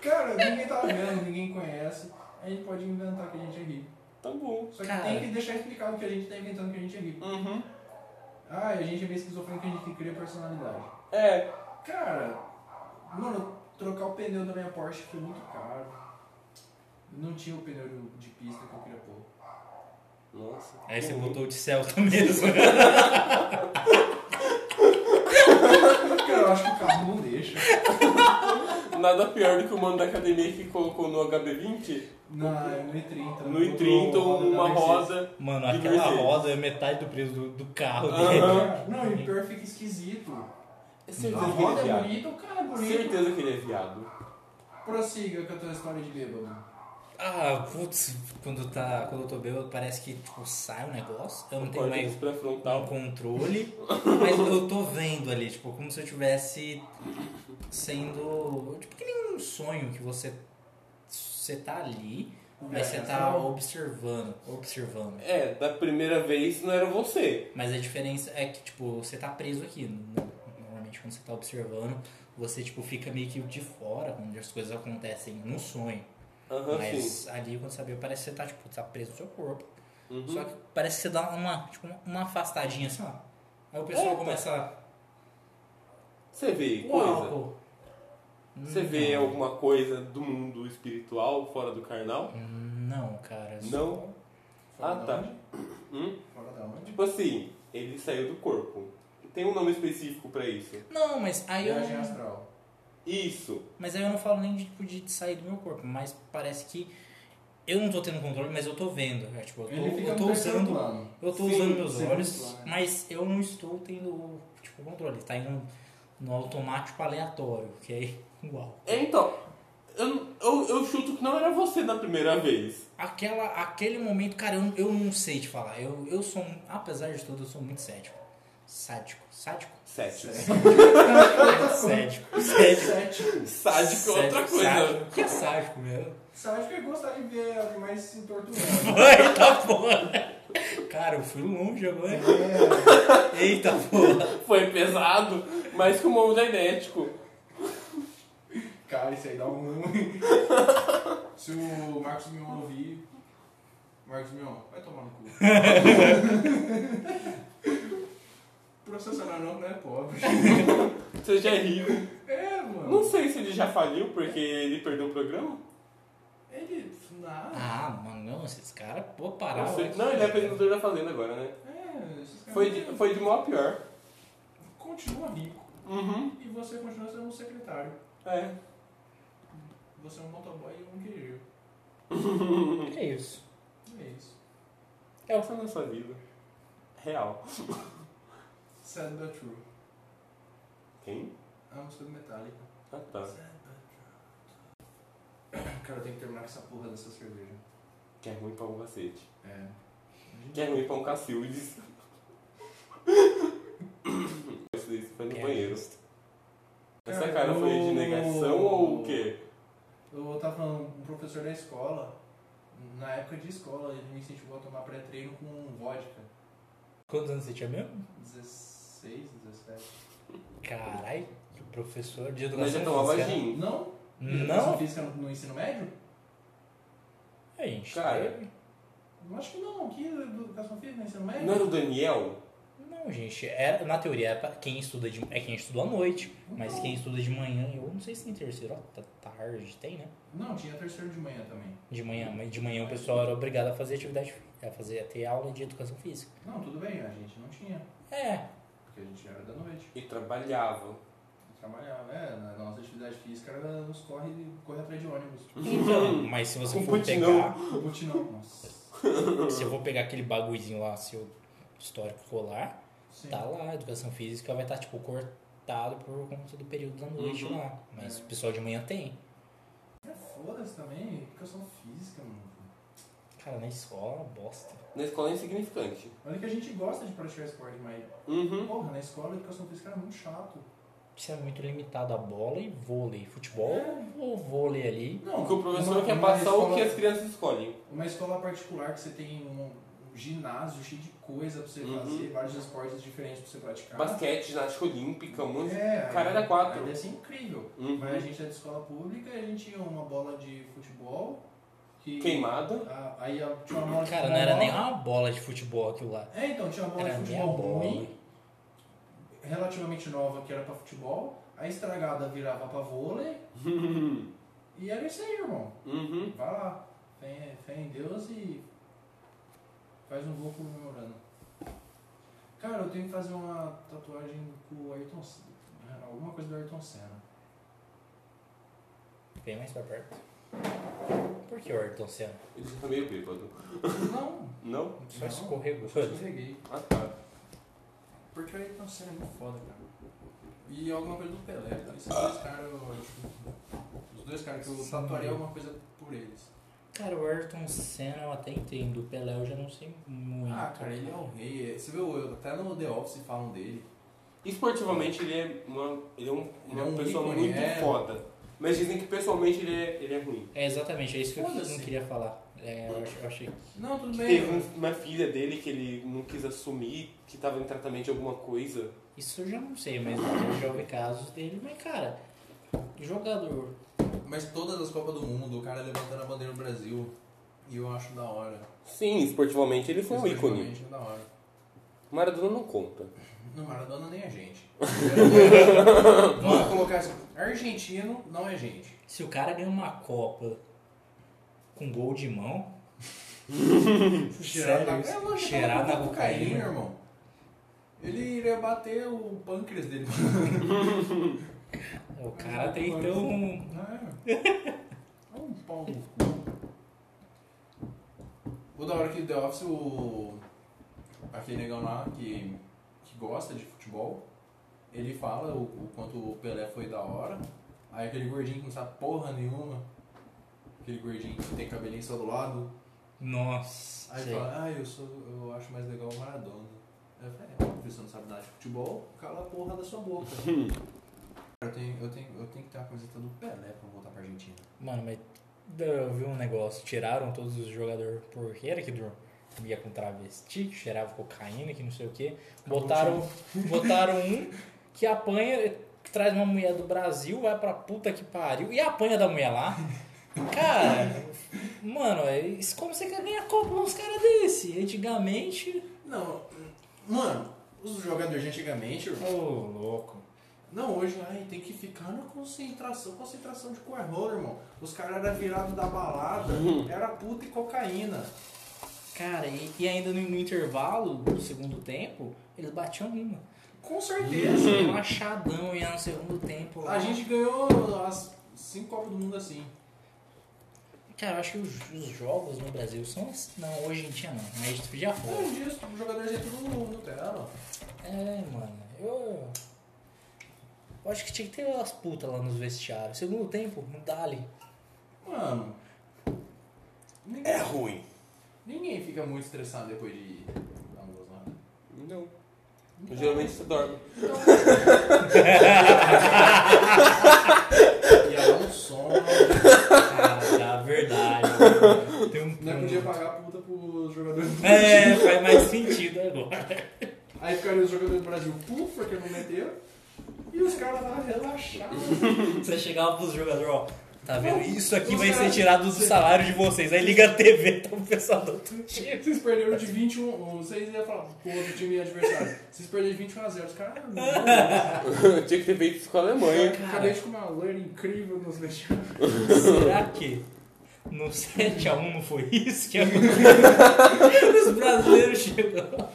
B: Cara, ninguém tá vendo, ninguém conhece. A gente pode inventar que a gente é rico.
A: Tá bom.
B: Só que
C: Cara.
B: tem que deixar explicado que a gente tá inventando que a gente é rico.
A: Uhum.
B: Ah, e a gente é meio esquizofrênico, a gente cria personalidade.
A: É.
B: Cara, mano, trocar o pneu da minha Porsche foi muito caro. Eu Não tinha o pneu de pista que eu queria pôr.
A: Nossa.
C: Aí você
A: Uhum.
C: botou o de Celta *laughs* mesmo.
B: Cara, eu acho que o carro não deixa.
A: Nada pior do que o mano da academia que colocou no HB20,
B: Na, né? no E30.
A: no i30, uma roda.
C: Mano,
A: De
C: aquela
A: Mercedes.
C: roda é metade do preço do, do carro dele.
A: Aham.
B: Não, e o pior fica esquisito.
A: É
B: A
A: certeza que ele é
B: roda é
A: viado.
B: bonita, o cara é bonito.
A: Certeza que ele é viado.
B: Prossiga com a tua história de bêbado.
C: Ah, putz, quando, tá, quando eu tô bêbado, parece que tipo, sai o negócio. Eu não tenho mais
A: Córtex pré-frontal.
C: o controle. Mas eu tô vendo ali, tipo, como se eu tivesse sendo. Tipo, que nem um sonho que você. Você tá ali, mas você tá observando. Observando.
A: É, da primeira vez não era você.
C: Mas a diferença é que, tipo, você tá preso aqui. No- Normalmente quando você tá observando, você tipo, fica meio que de fora quando as coisas acontecem no sonho.
A: Aham,
C: Mas
A: sim.
C: ali, quando você vê, parece que você tá, tipo, tá preso no seu corpo.
A: Uhum.
C: Só que parece que você dá uma, tipo, uma afastadinha assim, ó. Aí o pessoal
A: Eita.
C: começa a.
A: Você vê
C: "O
A: coisa?
C: álcool."
A: Você
C: Hum,
A: vê
C: não.
A: alguma coisa do mundo espiritual, fora do carnal?
C: Não, cara. só-
A: Não? Ah,
B: da
A: tá.
B: onde?
A: Hum?
B: Fora da onde?
A: Tipo assim, ele saiu do corpo. Tem um nome específico pra isso?
C: Não, mas aí eu.
B: Viagem astral.
A: Isso.
C: Mas aí eu não falo nem de, tipo, de sair do meu corpo, mas parece que. Eu não tô tendo controle, mas eu tô vendo. É, tipo, eu tô,
B: Ele fica
C: eu
B: no
C: tô
B: terceiro
C: usando.
B: plano.
C: Eu tô
A: Sim,
C: usando meus
B: segundo
C: olhos,
B: plano.
C: mas eu não estou tendo tipo, controle. Tá indo no automático aleatório, que aí. *laughs* Uau.
A: É, então, eu, eu, eu chuto que não era você da primeira vez.
C: Aquela, aquele momento, cara, eu, eu não sei te falar. Eu, eu sou, um- apesar de tudo, eu sou muito cético. Sádico.
A: *laughs*
C: Sádico?
A: Sete.
C: Cético. Cético.
B: Sete.
A: Sádico é outra
C: Cético,
A: coisa.
C: sádico. O que é sádico mesmo?
B: Sádico é gostar de ver alguém mais se torturando.
C: Eita porra! Tá Cara, eu fui longe agora.
B: É,
C: Eita porra!
A: Foi pesado, mas com o mundo é genético.
B: cara, isso aí dá um. Se o Marcos Mion ouvir. Marcos Mion, vai tomar no cu. Processionar não, não é pobre.
A: Você já é rico.
B: É, mano.
A: Não sei se ele já faliu porque ele perdeu o programa.
B: Ele. Nada.
C: Ah, mano, não, esses caras, pô,
A: Não,
C: pararam.
A: sei. Não, ele é apresentador da Fazenda agora, né?
B: É, esses caras.
A: Foi de, foi de mal a pior.
B: Continua rico.
A: Uhum.
B: E você continua sendo um secretário.
A: É. *laughs*
B: Você é um motoboy e um guerreiro.
C: É isso.
B: É isso.
A: É essa é a nossa vida. Real.
B: Sad but true.
A: Quem?
B: É uma música do Metallica.
A: Ah, tá.
B: *coughs* Cara, eu tenho que terminar com essa porra dessa cerveja.
A: Que é ruim pra um cacete.
B: É.
A: Que é ruim pra um cacildes. *coughs* Isso isso foi no
C: É.
A: banheiro. Essa cara foi de negação ou o quê?
B: Eu tava falando, um professor da escola, na época de escola, ele me incentivou a tomar pré-treino com vodka.
C: Quantos anos você tinha mesmo?
B: 16, 17.
C: Carai, que professor de educação.
A: Mas já tomava
C: física.
A: gin.
B: Não? Educação
C: Não?
B: física no, no ensino médio?
C: A gente.
A: Cara.
C: teve-
B: Eu Acho que não, que educação física no ensino médio?
A: Não era o Daniel?
C: Não, gente, era, na teoria é pra quem estuda de, é quem estuda à noite,
B: Então,
C: mas quem estuda de manhã, eu não sei se tem terceiro, ó, tá tarde, tem, né?
B: Não, tinha terceiro de manhã também.
C: De manhã, mas de manhã o pessoal era obrigado a fazer atividade, a fazer a ter aula de educação física.
B: Não, tudo bem, a gente não tinha,
C: É,
B: porque a gente era da noite.
A: E trabalhava.
B: Trabalhava, é, a nossa atividade física era nos corre, corre atrás
A: *laughs*
B: de ônibus.
C: então, mas se você
A: Com
C: for
A: putinão.
C: pegar,
B: O Butinão, nossa.
C: se eu for pegar aquele bagulhozinho lá, seu histórico rolar,
B: Sim.
C: tá lá, a educação física vai estar tipo cortado por conta do período da noite
A: Uhum.
C: lá, mas o pessoal de manhã tem.
B: É foda-se também, educação física, mano.
C: Cara, na escola, bosta.
A: Na escola é insignificante.
B: Olha que a gente gosta de praticar esporte, mas
A: Uhum.
B: porra, na escola a educação física era muito chato.
C: Isso é muito limitado a bola e vôlei. Futebol
B: É.
C: ou vôlei ali?
B: Não,
A: Porque o professor
B: uma-
A: quer
B: uma
A: passar o
B: escola-
A: que as crianças escolhem.
B: Uma escola particular que você tem um, um ginásio cheio de coisa pra você
A: Uhum.
B: fazer, vários esportes diferentes pra você praticar.
A: Basquete, ginástica olímpica, um muito.
B: É,
A: Cara,
B: aí-
A: era quatro.
B: aí Deve ser incrível.
A: Uhum.
B: Mas a gente é de escola pública e a gente tinha uma bola de futebol. Que,
A: Queimada.
B: Ah, aí ó, tinha uma bola de
C: Cara, não
B: futebol.
C: era nem uma bola de futebol aquilo lá.
B: É, então, tinha uma bola
C: Era
B: de
C: a minha
B: futebol
C: bola.
B: ruim, relativamente nova, que era pra futebol. A estragada virava pra vôlei.
A: Uhum.
B: E era isso aí, irmão.
A: Uhum.
B: Vai lá, fé, fé em Deus e faz um gol comemorando. Cara, eu tenho que fazer uma tatuagem com o Ayrton Senna. né? Alguma coisa do Ayrton Senna.
C: Vem mais pra perto. Por que o Ayrton Senna?
A: Ele tá meio bêbado.
B: Não,
A: Não?
C: Só
B: Não,
C: escorregou.
B: eu escorreguei.
A: Ah tá.
B: Porque o Ayrton Senna é muito foda, cara. E alguma coisa do Pelé. Esses dois caras, eu acho. Os dois caras que eu tatuaria alguma coisa por eles.
C: Cara, o Ayrton Senna eu até entendo. O Pelé eu já não sei muito.
B: Ah, cara, ele é um rei. Você viu, até no The Office falam dele.
A: Esportivamente ele é uma, ele é um-
B: Ele
A: uma
B: é um
A: pessoa
B: ícone,
A: muito
B: é.
A: foda. Mas dizem que pessoalmente ele é, ele é ruim.
C: É exatamente, é isso que eu
B: Foda-se.
C: não queria falar. É, eu, ach- eu achei.
B: Não, tudo
A: Que
B: bem.
A: teve um- uma filha dele que ele não quis assumir, que tava em tratamento de alguma coisa.
C: Isso eu já não sei, mas eu já ouvi casos dele. Mas, cara, jogador.
B: Mas todas as Copas do Mundo, o cara levantando a bandeira do Brasil. E eu acho da hora.
A: Sim, esportivamente ele foi um ícone.
B: Esportivamente, é da hora.
A: Maradona não conta.
B: No Maradona nem é gente. *laughs* Vamos colocar assim. Argentino não é gente.
C: Se o cara ganha uma Copa com gol de mão.
B: Cheirado na- É,
C: sério,
B: lógico,
C: cheirado
B: tá
C: na
B: com
C: cocaína.
B: irmão. Ele iria bater o pâncreas dele. *laughs*
C: O cara tem então. um-
B: É. *laughs* É um pau no cu. O da hora que The Office, o. aquele negão lá que, que gosta de futebol, ele fala o, o quanto o Pelé foi da hora. Aí aquele gordinho que não sabe porra nenhuma, aquele gordinho que tem cabelinho só do lado,
C: Nossa.
B: aí
C: sei.
B: fala, ah, eu sou. eu acho mais legal o Maradona. Aí eu falei, é óbvio, você não sabe nada de futebol, cala a porra da sua boca. eu, tenho, eu, tenho, eu tenho que ter a camiseta do Pelé pra voltar pra Argentina.
C: Mano, mas eu vi um negócio. Tiraram todos os jogadores porque era que dormia com travesti, que cheirava cocaína, que não sei o quê. Botaram, botaram um que apanha, eh, que traz uma mulher do Brasil, vai pra puta que pariu e apanha da mulher lá. Cara, mano, é isso- como você quer ganhar Copa com uns caras desse? Antigamente.
B: Não, mano, os jogadores de antigamente,
C: Ô, louco.
B: não, hoje, ai, tem que ficar na concentração, concentração de correu, irmão. Os caras eram virados da balada, era puta e cocaína.
C: Cara, e, e ainda no, no intervalo do segundo tempo, eles batiam rima.
B: Com certeza.
C: Um achadão ia no segundo tempo. lá.
B: A gente ganhou as cinco Copas do Mundo assim.
C: Cara, eu acho que os, os jogos no Brasil são assim. Não, hoje em dia não, mas já foi.
B: Hoje em Um dia, os jogadores é tudo no Nutella.
C: É, mano, eu. Eu acho que tinha que ter umas putas lá nos vestiários. Segundo tempo, não dá ali.
B: Mano, ninguém,
A: É ruim.
B: ninguém fica muito estressado depois de dar um uma gozada.
A: Não. Geralmente você dorme. *laughs*
B: Ia dar um sono.
C: Cara, é verdade. mano. Tem um
B: *laughs* Não é podia pagar a puta pros jogadores do
C: É, faz mais sentido agora.
B: Aí ficaria os jogadores do Brasil puto porque não meteram. E os caras lá relaxados.
C: Você chegava pros jogadores, ó. Tá vendo? Isso aqui
B: Os
C: vai ser
B: caras-
C: tirado do salário de vocês. Aí liga a TV, tá o pessoal do outro time.
B: Vocês perderam de 21. Vocês iam falar pro outro time adversário. Vocês perderam de 21 a 0. Os caras. "Ah, não,
A: Tinha que ter feito isso com a Alemanha.
B: Acabei de comer uma loira incrível nos vestidos.
C: Será que no 7x1 não foi isso *laughs* que aconteceu? Os brasileiros chegou.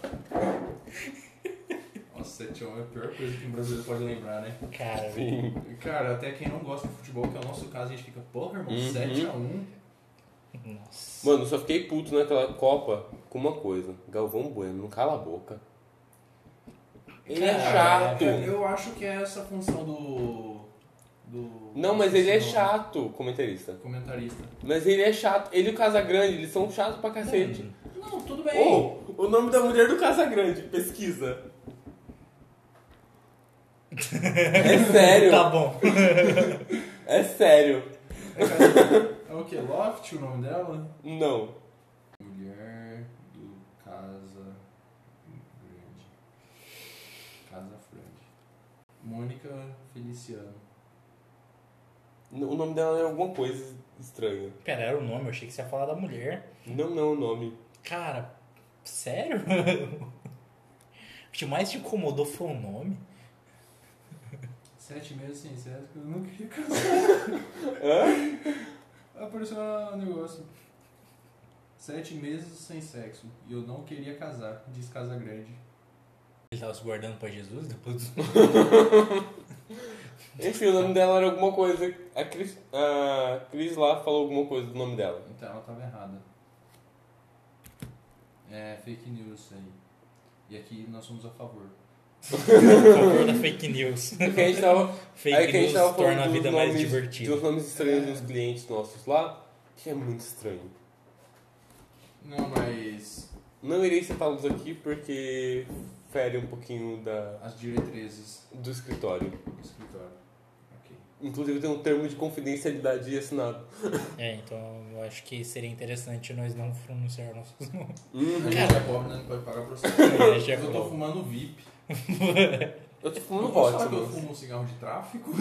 B: Nossa, 7 é a pior coisa que um brasileiro pode lembrar, né?
C: Cara,
B: Cara, até quem não gosta de futebol, que é o nosso caso, a gente fica, porra, irmão,
A: Uhum.
B: 7x1.
C: nossa.
A: Mano, eu só fiquei puto naquela Copa com uma coisa. Galvão Bueno, não cala a boca. Ele é
C: Cara,
B: É
A: chato.
B: Eu acho que é essa função é do. do.
A: Não, mas ele é
B: do
A: chato, comentarista.
B: Comentarista.
A: Mas ele é chato. Ele e o Casagrande, eles são chatos pra cacete.
C: Hum.
B: Não, tudo bem. *laughs*
A: Ou, o nome da mulher do Casagrande, pesquisa. É sério,
C: *laughs* Tá bom.
A: é sério.
B: É, cara, é o que? Loft o nome dela?
A: Não.
B: Mulher do Casa Grande. Casa Grande. Mônica Feliciano.
A: O nome dela é alguma coisa estranha.
C: Pera, era o nome, eu achei que você ia falar da mulher.
A: Não, não o nome.
C: Cara, sério? *laughs* O que mais te incomodou foi o nome?
B: Sete meses sem sexo, eu não queria casar.
A: Hã?
B: Apareceu um negócio. Sete meses sem sexo e eu não queria casar, diz Casa Grande.
C: Ele tava se guardando pra Jesus depois do.
A: *laughs* Enfim, o nome dela era alguma coisa. A Cris, a Cris lá falou alguma coisa do nome dela.
B: Então ela tava errada. É fake news isso aí. E aqui nós somos a favor.
C: Por favor, da fake
A: *laughs*
C: news.
A: *laughs* Porque a gente tava,
C: Fake
A: aí que a gente
C: news
A: tava falando
C: torna a
A: dos
C: vida
A: nomes,
C: mais divertida.
A: Dos nomes estranhos dos clientes nossos lá, que é muito estranho.
B: Não, mas
A: Não irei citá-los aqui porque fere um pouquinho da,
B: as diretrizes
A: do escritório.
B: do escritório. Ok.
A: Inclusive tem um termo de confidencialidade assinado.
C: É, então eu acho que seria interessante nós não pronunciar nossos nomes.
B: A
A: Uhum.
B: gente
C: Cara.
B: é pobre, né? Não pode pagar pra você.
C: A gente é
B: eu tô
C: pobre.
B: fumando VIP.
A: Eu tô falando
B: Não posso falar que eu
A: ótimo.
B: fumo um cigarro de tráfico?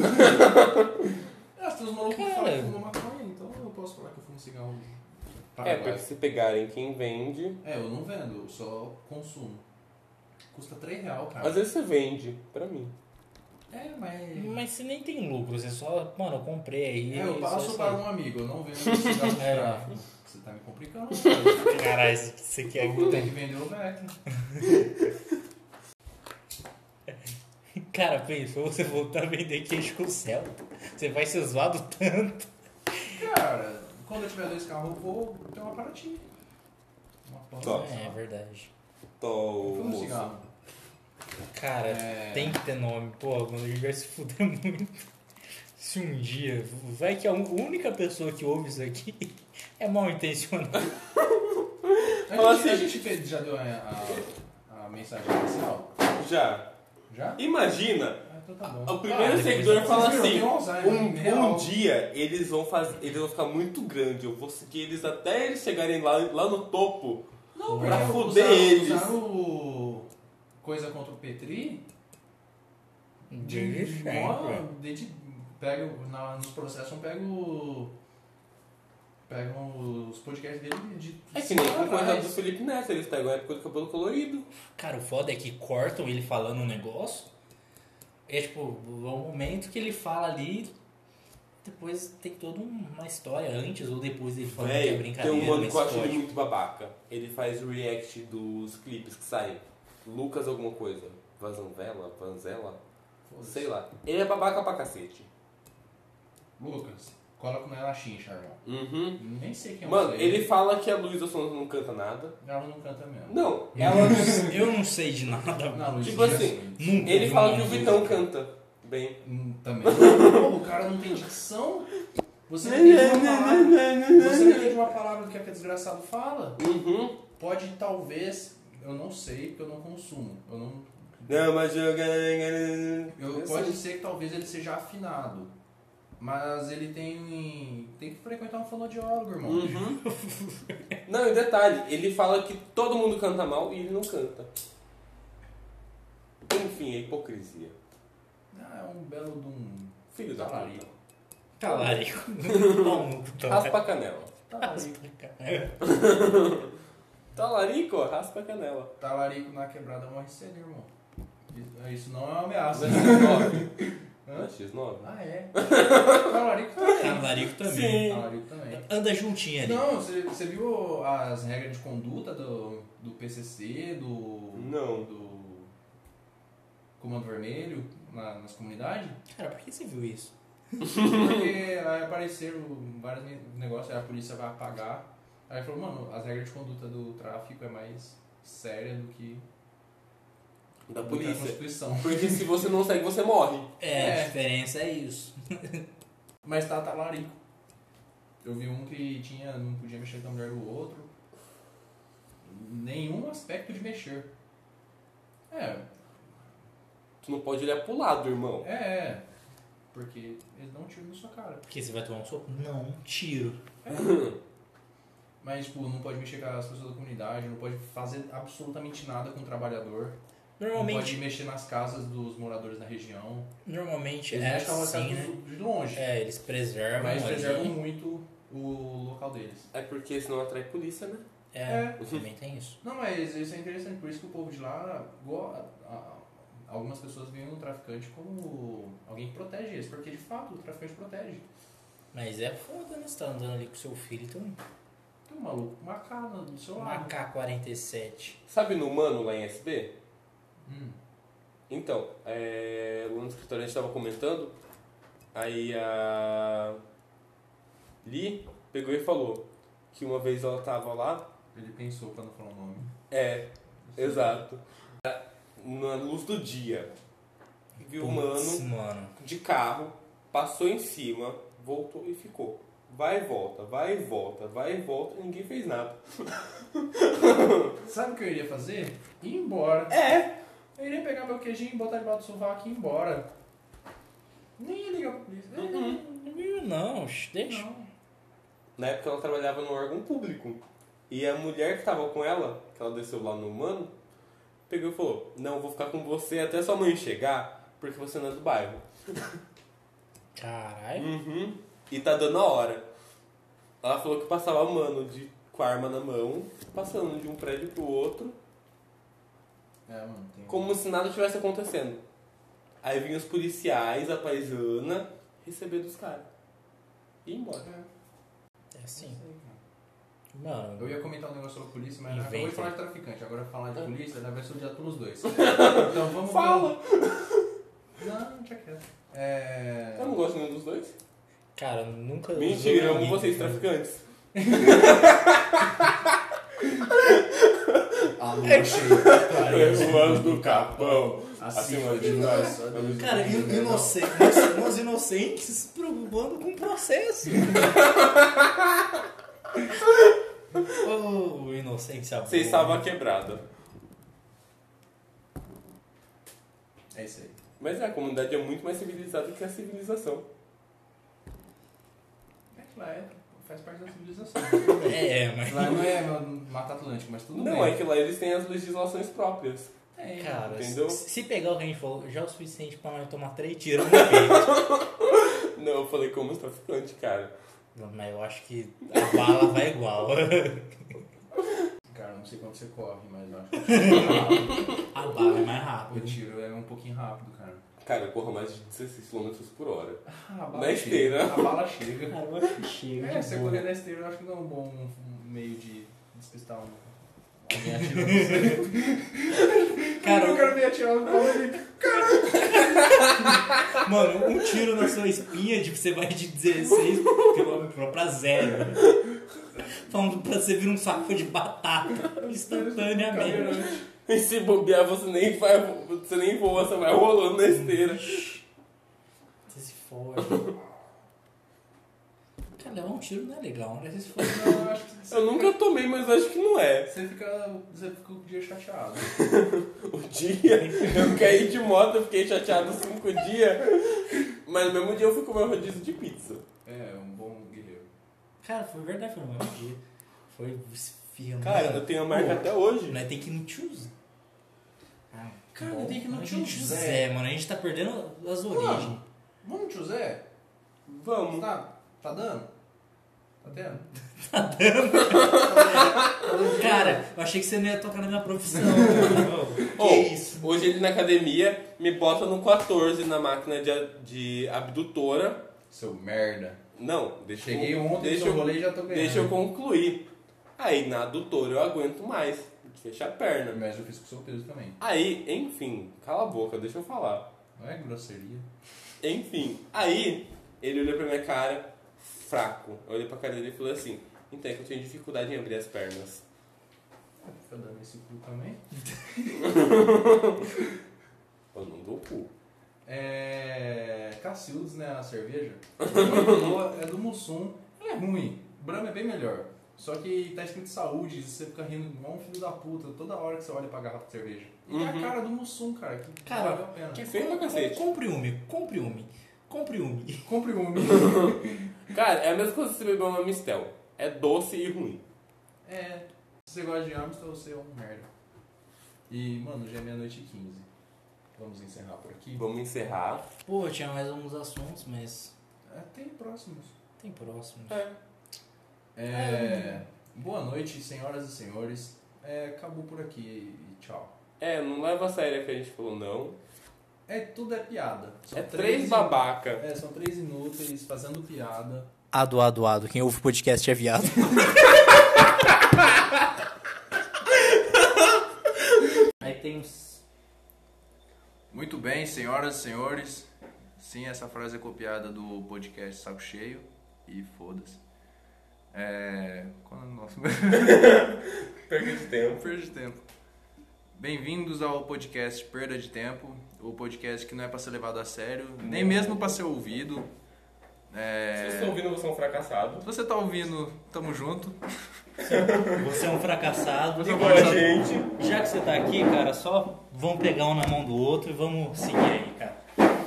B: é, as pessoas malucas
C: Cara.
B: falam que fumam maconha, então eu posso falar que eu fumo cigarro de
A: É,
B: Paraguai.
A: porque se pegarem quem vende,
B: É, eu não vendo, eu só consumo. Custa 3 real, cara.
A: às vezes você vende, pra mim.
B: É, mas...
C: Mas você nem tem lucro, você só. Mano, eu comprei aí.
B: É, eu
C: só
B: passo
C: isso
B: para
C: aí.
B: um amigo, eu
A: *laughs*
B: não vendo cigarro de
C: É.
B: tráfico. Você tá me complicando, cara.
A: um-
C: Caralho, você
A: é
C: quer.
B: Eu vou ter que vender o Mac.
C: Cara, pensou você voltar a vender queijo com céu? Você vai ser zoado tanto.
B: Cara, quando eu tiver dois carros, eu vou ter uma Paraty. Uma
A: Tá.
B: Pampa.
C: É, é verdade.
A: Tô,
B: Fumo
A: moço.
B: um cigarro.
C: Cara,
B: É.
C: tem que ter nome. Pô, mano, a gente vai se fuder *laughs* muito. Se um dia. Vai que a única pessoa que ouve isso aqui é mal intencionada.
B: A
A: Fala
B: gente, a
A: assim.
B: gente fez, já deu a, a- a mensagem inicial?
A: Já.
B: Já?
A: Imagina,
B: Ah, então tá bom.
A: o primeiro
C: depois
A: seguidor
C: eu-
A: fala
B: Vocês viram,
A: assim,
B: tem um Alzheimer, né?
A: Um, um
B: Real.
A: dia eles vão fazer, eles vão ficar muito grande. Eu vou seguir eles até eles chegarem lá, lá no topo.
B: Não,
A: pra
B: porque
A: fuder
B: usaram-
A: eles.
B: Usaram o coisa contra o Petri de, de
C: é.
B: mó- desde- pega o- na- nos processos pegam pegam os podcasts dele de
A: É que nem com coisa do
B: atrás.
A: Felipe Neto, eles pegam a época do cabelo colorido.
C: Cara, o foda é que cortam ele falando um negócio. É tipo, é um momento que ele fala ali. Depois tem toda um, uma história antes ou depois ele falando que é
A: Véi, tem
C: brincadeira.
A: um mano
C: mas
A: que eu acho
C: pode.
A: ele muito babaca. Ele faz react dos clipes que saem. Lucas alguma coisa. Vazanvela, Vanzela,
B: Foda-se.
A: sei lá. Ele é babaca pra cacete.
B: Lucas cola com ela chincha irmão
A: Uhum.
B: nem sei quem é
A: Mano,
B: você.
A: ele fala que a Luísa Sonza não canta nada.
B: ela não canta mesmo *laughs*
A: Não,
C: Eu
A: ela...
C: não- Eu não sei de nada.
B: não Luiz
A: Tipo
B: Dias,
A: assim,
B: Luiz.
C: Nunca
A: ele
C: vi
A: fala
C: um
A: que o
C: vídeo.
A: Vitão canta bem.
B: Hum, Também. Pô, o cara não tem dicção. Você
A: Né,
B: não entende uma palavra. Você não entende uma palavra do que aquele desgraçado fala.
A: Uhum.
B: Pode, talvez, eu não sei, porque eu não consumo. Eu não.
A: Não, mas jogando.
B: Eu, pode ser que talvez ele seja afinado. Mas ele tem. Tem que frequentar um fonoaudiólogo, irmão.
A: Uhum. Não, e detalhe, ele fala que todo mundo canta mal e ele não canta. Enfim, é hipocrisia.
B: Ah, é um belo de um.
A: Filho da
B: Talarico. Então, é-
A: puta.
C: Talarico. Maluco, talarico.
A: Raspa a canela.
B: Talarico.
A: Talarico, raspa a canela.
B: *laughs* Talarico na quebrada é um morre cedo, irmão. Isso- Isso não é uma ameaça.
A: Na X9. Na X9.
B: *laughs* Ah, é? *laughs* Talarico também.
C: Talarico também.
A: Sim.
B: Talarico também.
C: Anda juntinho ali.
B: Não, você, você viu as regras de conduta do, do PCC, do.
A: Não.
B: Do. Comando Vermelho na- nas comunidades?
C: Cara, por que você viu isso?
B: Porque aí apareceram vários ne- negócios, aí a polícia vai apagar. Aí falou, mano, as regras de conduta do tráfico é mais séria do que.
A: da
B: Da
A: polícia.
B: Constituição. *laughs*
A: Porque se você não segue, você morre.
C: É,
B: É.
C: a diferença é isso.
B: Mas tá talarico. Eu vi um que tinha, não podia mexer com a mulher do outro. Nenhum aspecto de mexer. É,
A: Tu não pode olhar pro lado, irmão.
B: é, é. Porque eles dão um tiro na sua cara.
C: Porque você vai tomar um soco? Não, um tiro.
B: Mas, tipo, não pode mexer com as pessoas da comunidade, não pode fazer absolutamente nada com o trabalhador. Não
C: Normalmente,
B: pode mexer nas casas dos moradores da região.
C: normalmente
B: Eles
C: é
B: mexem com as
C: assim,
B: casas
C: né?
B: dos- de longe.
C: É, eles preservam.
B: mas
C: ali.
B: preservam muito o local deles.
A: É porque senão atrai polícia, né?
C: É, também tem isso.
B: Não, mas isso é interessante, por isso que o povo de lá, go- a- a- algumas pessoas veem o traficante como alguém que protege eles, porque de fato o traficante protege.
C: Mas é foda, né? Você tá andando ali com seu filho, tem um
B: Tem um maluco com uma cara do seu lado.
C: AK-47.
A: Sabe no Mano, lá em SB?
B: Hum.
A: Então, é, lá no escritório a gente tava comentando, aí a Li pegou e falou que uma vez ela tava lá,
B: Ele pensou pra não falar o nome.
A: é, exato, na luz do dia, viu o
C: Putz,
A: mano
C: mano.
A: de carro, passou em cima, voltou e ficou. Vai e volta, vai e volta, vai e volta, e ninguém fez nada.
B: Sabe o que eu iria fazer? Ir embora.
A: É,
B: Eu iria pegar meu queijinho, botar debaixo do sovaco e ir embora. Nem ia ligar pra polícia.
A: Uhum.
C: Não, Não, sh- deixa.
B: Não.
A: na época ela trabalhava no órgão público. E a mulher que tava com ela, que ela desceu lá no humano, pegou e falou: Não, vou ficar com você até sua mãe chegar, porque você não é do bairro.
C: Caralho.
A: Uhum. E tá dando a hora. Ela falou que passava um mano de, com a arma na mão, passando de um prédio pro outro,
B: É, mano, tem.
A: como se nada tivesse acontecendo. Aí vinham os policiais, a paisana, receber dos caras. E ir embora.
C: É assim.
B: Sei, cara. Eu
C: Mano,
B: ia comentar um negócio sobre polícia, mas eu
C: Inventa.
B: vou falar de traficante. Agora falar de polícia, na versão de ator os *laughs* dois. Então vamos.
A: Fala!
B: Não, deixa quieto. É.
A: Eu não gosto de nenhum dos dois.
C: cara, nunca.
A: Mentira, eu amo
C: ninguém-
A: vocês,
B: tá?
A: traficantes.
B: A lua cheia.
A: Ruas do Capão, acima de nós.
C: Cara, in- inocente, nossa, nós inocentes se preocupando com o processo. Ô, oh, inocência boa.
A: Você estava quebrada.
B: É isso aí.
A: Mas é, a comunidade é muito mais civilizada que a civilização.
B: É que lá é, faz parte da civilização.
C: É, é, mas.
B: Lá não é Mata Atlântico, mas tudo
A: Não, é
B: bem.
A: que lá eles têm as legislações próprias.
B: Tem.
C: é, Cara,
A: Entendeu?
C: se se pegar o que a gente falou, já é o suficiente pra nós tomar três tiros no peito.
A: Não, eu falei como os traficantes, cara.
C: Não, Mas eu acho que a bala vai igual.
B: Cara, não sei quanto você corre, mas eu acho *laughs* que o tiro é rápido.
C: A bala é mais
B: o
C: rápida.
B: tiro é um pouquinho rápido, cara.
A: Cara, eu corro mais de 16 km por hora.
B: Ah, a
A: Na esteira.
B: chega. A bala chega.
C: Cara, eu acho que chega.
B: É, você correr na esteira eu acho que não é um bom um meio de despistar um. Alguém atirando. em você.
C: Cara,
B: eu quero me atirar no pau dele.
C: Mano, um tiro na sua espinha, tipo, você vai de 16 km por hora pra zero. Falando pra você vir um saco de batata instantaneamente.
A: *laughs*
B: né?
A: E se bobear, você nem vai. Você nem voa, você vai rolando na esteira.
C: Você se fode. Cara, levar um tiro não é legal, né?
B: Mas se for, Tipo, não, eu acho que
A: Eu nunca tomei, mas acho que não é.
B: Você fica, você fica o dia chateado.
A: O dia eu caí de moto, eu fiquei chateado cinco dias. Mas no mesmo dia eu fui comer um rodízio de pizza.
B: É, um bom guerreiro.
C: Cara, foi verdade, foi um dia. Foi esfirrando.
A: Cara, eu tenho a marca até hoje.
C: Nós tem que ir no tiozão. Ah,
B: Cara,
C: bom.
B: tem que ir no
C: Mas gente,
B: tiozão.
C: Zé, mano, a gente tá perdendo as origens.
B: Mano. Vamos, tio Zé?
A: Vamos.
B: Tá, tá dando? Tá tendo?
C: Cara, eu achei que você não ia tocar na minha profissão.
B: *laughs*
C: que
A: Ô,
C: isso?
A: Hoje ele na academia me bota no 14 na máquina de, de abdutora.
B: Seu merda.
A: Não, deixa
B: Cheguei
A: eu,
B: ontem,
A: deixa
B: deixa eu
A: eu,
B: rolê e já tô ganhando.
A: deixa eu concluir. Aí na adutora eu aguento mais, fecha a perna.
B: Mas eu fiz com o seu peso também.
A: Aí, enfim, cala a boca, deixa eu falar.
B: Não é grosseria.
A: Enfim, aí ele olhou pra minha cara, fraco. Eu olhei pra cara dele e falei assim, então é que eu tenho dificuldade em abrir as pernas.
B: Fica dando esse cu também.
A: Eu não dou cu.
B: É. Cacildos, né? A cerveja. Quem falou é do Mussum. Ela é ruim. Brahma é bem melhor. Só que tá escrito saúde e você fica rindo igual um filho da puta toda hora que você olha pra garrafa de cerveja. E é a
A: Uhum.
B: cara do Mussum, cara. Que
C: Cara,
B: valeu a pena.
A: Que feio pra cacete.
C: Compre um, amigo. Compre um. Compre um.
B: Compre um.
A: Cara, é a mesma coisa que você beber uma Mistel. É doce e ruim.
B: é. Se você gosta de Amstel, você é um merda. E, mano, já é meia-noite e 15. Vamos encerrar por aqui.
A: Vamos encerrar.
C: Pô, tinha mais alguns assuntos, mas
B: É, tem próximos.
C: tem próximos.
A: É.
B: É, boa noite, senhoras e senhores. É, acabou por aqui e tchau.
A: É, não leva a sério o que a gente falou, não.
B: É, tudo é piada. São
A: É três babaca.
B: É, são três inúteis fazendo piada.
C: Ado, ado, ado. Quem ouve o podcast é viado. *laughs* Aí tem uns.
B: Muito bem, senhoras e senhores. Sim, essa frase é copiada do podcast Saco Cheio. E foda-se. É. Qual é o nosso. *laughs*
A: Perda de
B: Eu
A: tempo.
B: perdi tempo. Bem-vindos ao podcast Perda de Tempo, o podcast que não é pra ser levado a sério, nem mesmo pra ser ouvido. É,
A: Se você tá ouvindo, você é um fracassado.
B: Se você tá ouvindo, tamo junto.
C: Você é um fracassado.
A: Igual a gente.
C: Já que você tá aqui, cara, só vamos pegar um na mão do outro e vamos seguir aí, cara.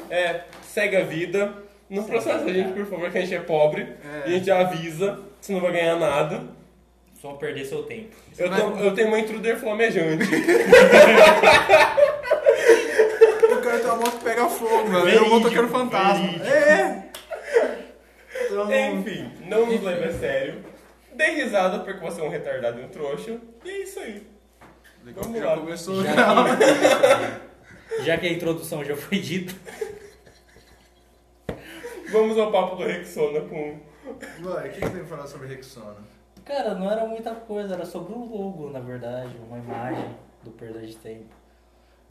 A: É, segue a vida. Não
C: Segue
A: processa
C: a
A: a gente,
C: vida.
A: por favor, que a gente é pobre.
B: É.
A: A gente avisa, você não vai ganhar nada.
C: Só perder seu tempo.
A: Eu,
B: vai-
A: tô- eu tenho uma intruder flamejante.
B: Eu quero ter uma moto que pega fogo, velho.
C: Verídico,
B: Eu vou tocando fantasma.
C: verídico.
B: É! *laughs* Então,
A: Enfim, não nos leve a sério. Dê risada porque você é um retardado e um trouxa. E é isso aí.
B: legal que
A: vamos
B: já
A: lá.
B: começou. *laughs*
C: Já que a introdução já foi dita.
A: Vamos ao papo do Rexona com.
B: Ué, o que que você tem pra falar sobre Rexona?
C: Cara, não era muita coisa, era sobre o logo, na verdade, uma imagem do Perda de Tempo.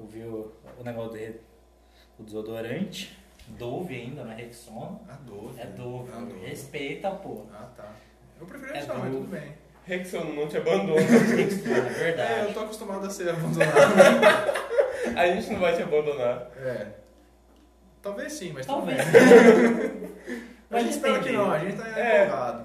C: Eu vi o, o negócio dele, o desodorante, Dove ainda, não é Rexona.
B: A Dove.
C: É Dove,
B: A Dove.
C: respeita,
B: *laughs*
C: pô.
B: né? Ah, tá. Eu prefiro
C: É
B: Rexona, mas
C: Dove.
B: tudo bem.
A: Rexona, não te
B: *laughs*
A: abandona.
C: Rexona, é
B: É, eu *laughs*
C: verdade.
B: tô acostumado a ser abandonado.
A: A gente não vai te abandonar.
B: *laughs* é. Talvez sim, mas tudo
C: Talvez.
B: bem. *laughs* A gente espera que não, a gente tá
A: É.
B: empolgado.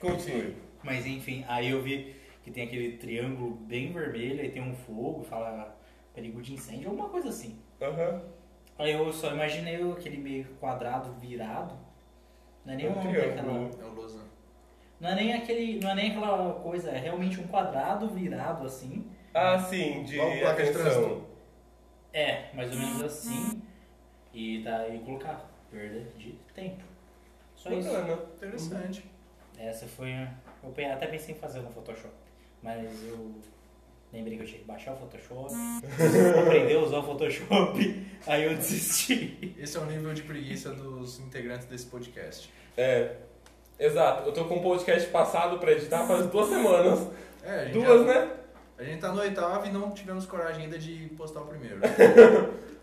A: Continue.
C: Mas enfim, aí eu vi que tem aquele triângulo bem vermelho, aí tem um fogo, fala perigo de incêndio, alguma coisa assim.
A: Aham.
C: Aí eu só imaginei aquele meio quadrado virado. Não é nem
A: Um
C: uma-
A: triângulo.
B: É o Losan.
C: Não é nem aquele, não é nem aquela coisa, é realmente um quadrado virado assim.
A: Ah, sim, de
B: Igual placa de
A: atenção.
C: É, mais ou menos assim. E daí colocar perda de tempo. Só
B: É
C: isso.
A: Bacana.
B: Interessante.
C: Essa foi a- eu pe- até pensei em fazer no Photoshop, mas eu lembrei que eu tinha que baixar o
A: *laughs*
C: Photoshop, aprender a usar o Photoshop, aí eu desisti.
B: Esse é o nível de preguiça dos integrantes desse podcast.
A: É. Exato. Eu tô com um podcast passado pra editar faz duas semanas.
B: É, a gente
A: Duas,
B: já-
A: né?
B: A gente tá no oitavo e não tivemos coragem ainda de postar o primeiro.
A: Olha que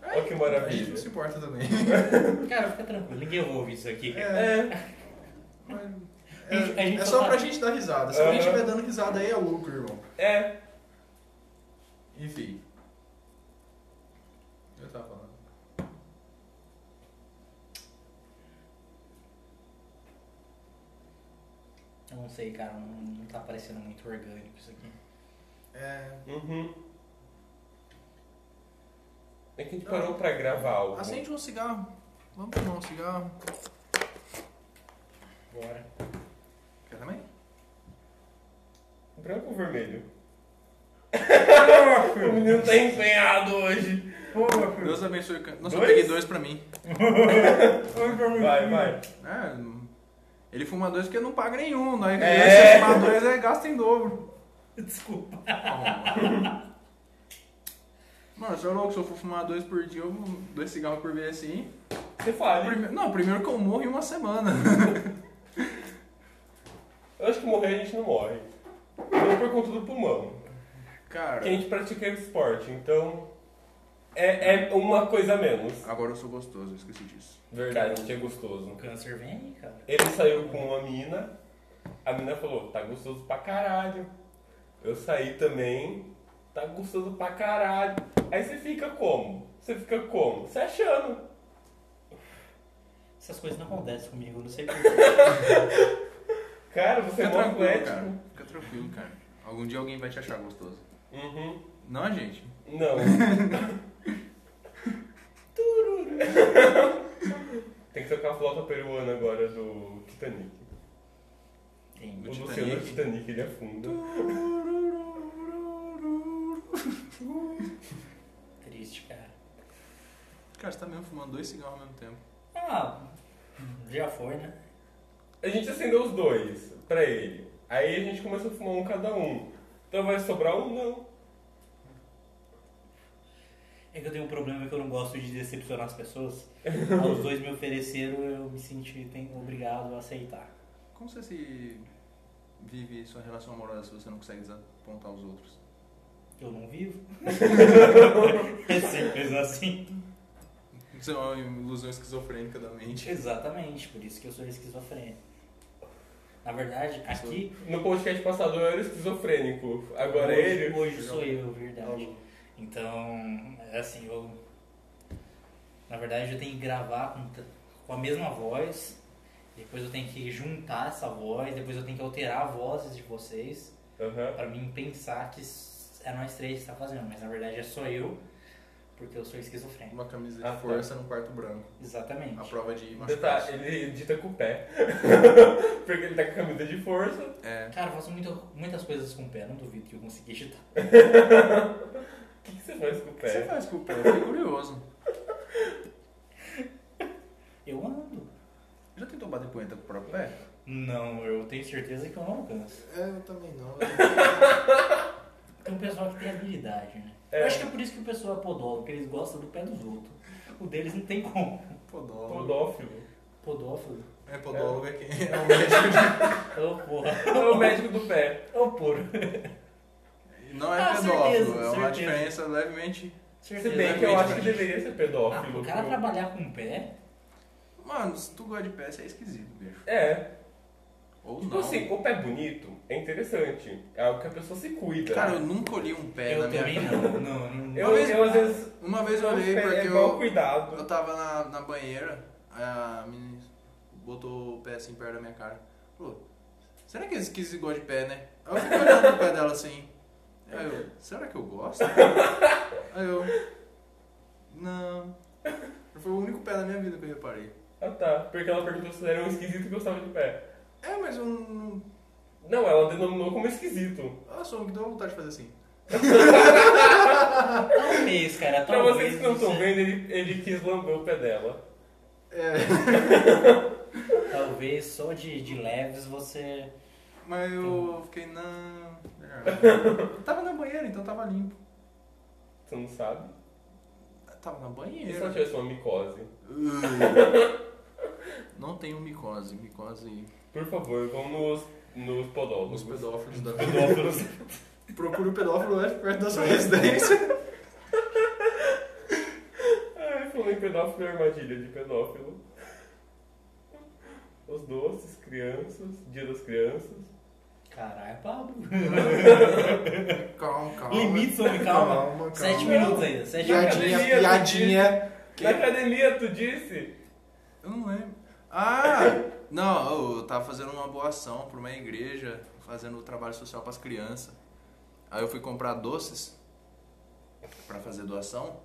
B: A gente não
A: maravilha.
B: se importa também.
C: Cara, fica tranquilo, ninguém ouve isso aqui. cara.
A: É.
B: Mas-
C: A gente- a
B: É,
C: gente
B: é só
C: só tá-
B: pra gente dar risada. Se alguém
A: Aham.
B: estiver dando risada aí é lucro, irmão.
A: É.
B: Enfim. Eu tava falando.
C: Eu não sei, cara, não, não tá parecendo muito orgânico isso aqui.
B: É.
A: Uhum. É que a gente
B: Ah.
A: parou pra gravar algo.
B: Acende um cigarro. Vamos fumar um cigarro.
C: Bora.
B: Quer também?
A: Branco ou
B: *laughs*
A: vermelho? o menino tá empenhado hoje.
B: Deus abençoe. o can- Nossa, eu
A: Dois?
B: peguei dois pra mim.
A: Vai, vai.
B: É, ele fuma dois porque não paga nenhum. Nós
A: É.
B: é. fumar dois, é gasta em dobro.
C: Desculpa.
B: Mano, você é louco, se eu for fumar dois por dia, eu, vou- dois cigarros por vez assim.
A: Você fale.
B: Prime- não, primeiro que eu morro em uma semana.
A: *laughs* Eu acho que morrer a gente não morre. Não por conta do pulmão.
B: Cara,
A: Porque a gente pratica esporte, então. É, é uma coisa a menos.
B: agora eu sou gostoso, eu esqueci disso.
A: Verdade, a gente é gostoso.
C: O câncer vem aí, cara.
A: Ele saiu com uma mina, A menina falou, tá gostoso pra caralho. Eu saí também, tá gostoso pra caralho. Aí você fica como? Você fica como? Se achando.
C: Essas coisas não acontecem comigo, eu não sei porquê.
A: Cara, você é
B: Fica
A: mó
B: tranquilo, cara.
A: atlético.
B: Fica tranquilo, cara. Algum dia alguém vai te achar gostoso.
A: Uhum.
B: Não a
A: *laughs*
B: gente. *laughs*
A: Não. Tururu. Tem que tocar a flauta peruana agora do Titanic.
C: Tem.
A: O
B: Do
A: Luciano do
B: Titanic?
A: Titanic, ele afunda.
C: Triste, cara.
B: Cara, você tá mesmo fumando dois cigarros ao mesmo tempo.
C: Ah, já foi, né?
A: A gente acendeu os dois pra ele. Aí a gente começou a fumar um cada um. Então vai sobrar um? Não.
C: É que eu tenho um problema que eu não gosto de decepcionar as pessoas. Aos dois me ofereceram, eu me senti tem- obrigado a aceitar.
B: Como você se vive sua relação amorosa se você não consegue desapontar os outros?
C: Eu não vivo. é simples assim.
B: Isso é uma ilusão esquizofrênica da mente.
C: Exatamente, por isso que eu sou esquizofrênico. Na verdade, aqui.
A: No podcast passado eu era esquizofrênico. Agora é
C: hoje,
A: ele.
C: Hoje sou eu, verdade. Então, é assim, eu. Na verdade, eu tenho que gravar com, t- com a mesma voz, depois eu tenho que juntar essa voz, depois eu tenho que alterar vozes de vocês,
A: Aham.
C: pra mim pensar que s- é nós três que tá fazendo, mas na verdade é só eu, porque eu sou esquizofrênico.
B: Uma camisa
A: Ah,
B: de
A: tá.
B: força no quarto branco.
C: Exatamente.
B: A prova de
A: Tá,
B: machucar.
A: ele edita com o pé. *laughs* Porque ele tá com a camisa de força. *laughs*
B: É.
C: Cara, eu faço muito- muitas coisas com o pé, não duvido que eu consiga editar.
A: O que, que você é faz com o
B: O que você
A: pé?
B: faz com o pé? Eu fiquei curioso.
C: Eu ando.
B: Já tentou bater punheta com o próprio pé?
C: Não, eu tenho certeza que eu não alcanço.
B: É, eu também não.
C: *laughs* Tem um pessoal que tem habilidade, né?
A: É.
C: Eu acho que é por isso que o pessoal é podólogo, porque eles gostam do pé dos outros. O deles não tem como.
A: é
B: Podólogo.
A: Podófilo.
C: Podófilo?
B: É, podólogo é quem é o médico.
C: Ô, porra.
A: *laughs* É o médico do pé.
C: Ô, porra.
B: de- *laughs* Não é
C: Ah,
B: pedófilo,
C: certeza,
B: é uma
C: certeza.
B: diferença levemente.
A: Se bem que eu acho que deveria ser
C: né? Ah,
A: pedófilo.
C: o cara
A: viu?
C: trabalhar com o pé,
B: Mano, se tu gosta de pé, você é esquisito, bicho.
A: É.
B: Ou
A: Tipo
B: não.
A: assim, o pé bonito é interessante. É algo que a pessoa se cuida.
B: Cara, eu nunca olhei um pé na
C: eu
B: minha
C: também
B: vida.
C: não. Não, não.
A: eu, eu às vezes
B: Uma vez eu
A: Então,
B: olhei
A: é-
B: porque
A: é igual
B: eu,
A: cuidado.
B: eu tava na, na banheira, a menina botou o pé assim perto da minha cara. Falou, será que eles quis igual de pé, né? Aí eu fiquei olhando o pé dela assim. Aí eu, será que eu gosto? Aí eu, não. Foi o único pé da minha vida que eu reparei.
A: Ah tá, porque ela perguntou se era um esquisito que gostava de pé.
B: É, mas eu não.
A: Não, ela denominou como esquisito.
B: Eu sou um que deu vontade de fazer assim.
C: Talvez, cara.
A: *laughs* Pra
C: Talvez.
A: vocês que não estão
C: você-
A: vendo, ele, ele quis lamber o pé dela.
B: É,
C: Talvez só de, de leves você.
B: *laughs* mas eu fiquei, não. melhor não." Tava na banheira, então tava limpo.
A: Você não sabe?
B: Tava na
A: E se
B: banheira.
A: ela tivesse uma micose?
B: *laughs* Não tenho micose, micose
A: Por favor, vão nos, nos podólogos.
B: os pedófilos da
A: Pedófilos.
B: *laughs* Procure o pedófilo lá perto da sua residência.
A: Ai, falei pedófilo e armadilha de pedófilo. Os doces, crianças, dia das crianças.
C: Caralho, Pablo.
B: *laughs* Calma, calma.
C: Limites, homem, calma.
B: Calma,
C: Sete
A: calma.
C: minutos ainda. Sete minutos.
A: Piadinha,
B: Piadinha,
A: piadinha.
B: piadinha.
A: Na academia, tu disse?
B: Eu não lembro. Ah! Não, eu tava fazendo uma boa ação pra uma igreja, fazendo trabalho social pras crianças. Aí eu fui comprar doces pra fazer doação.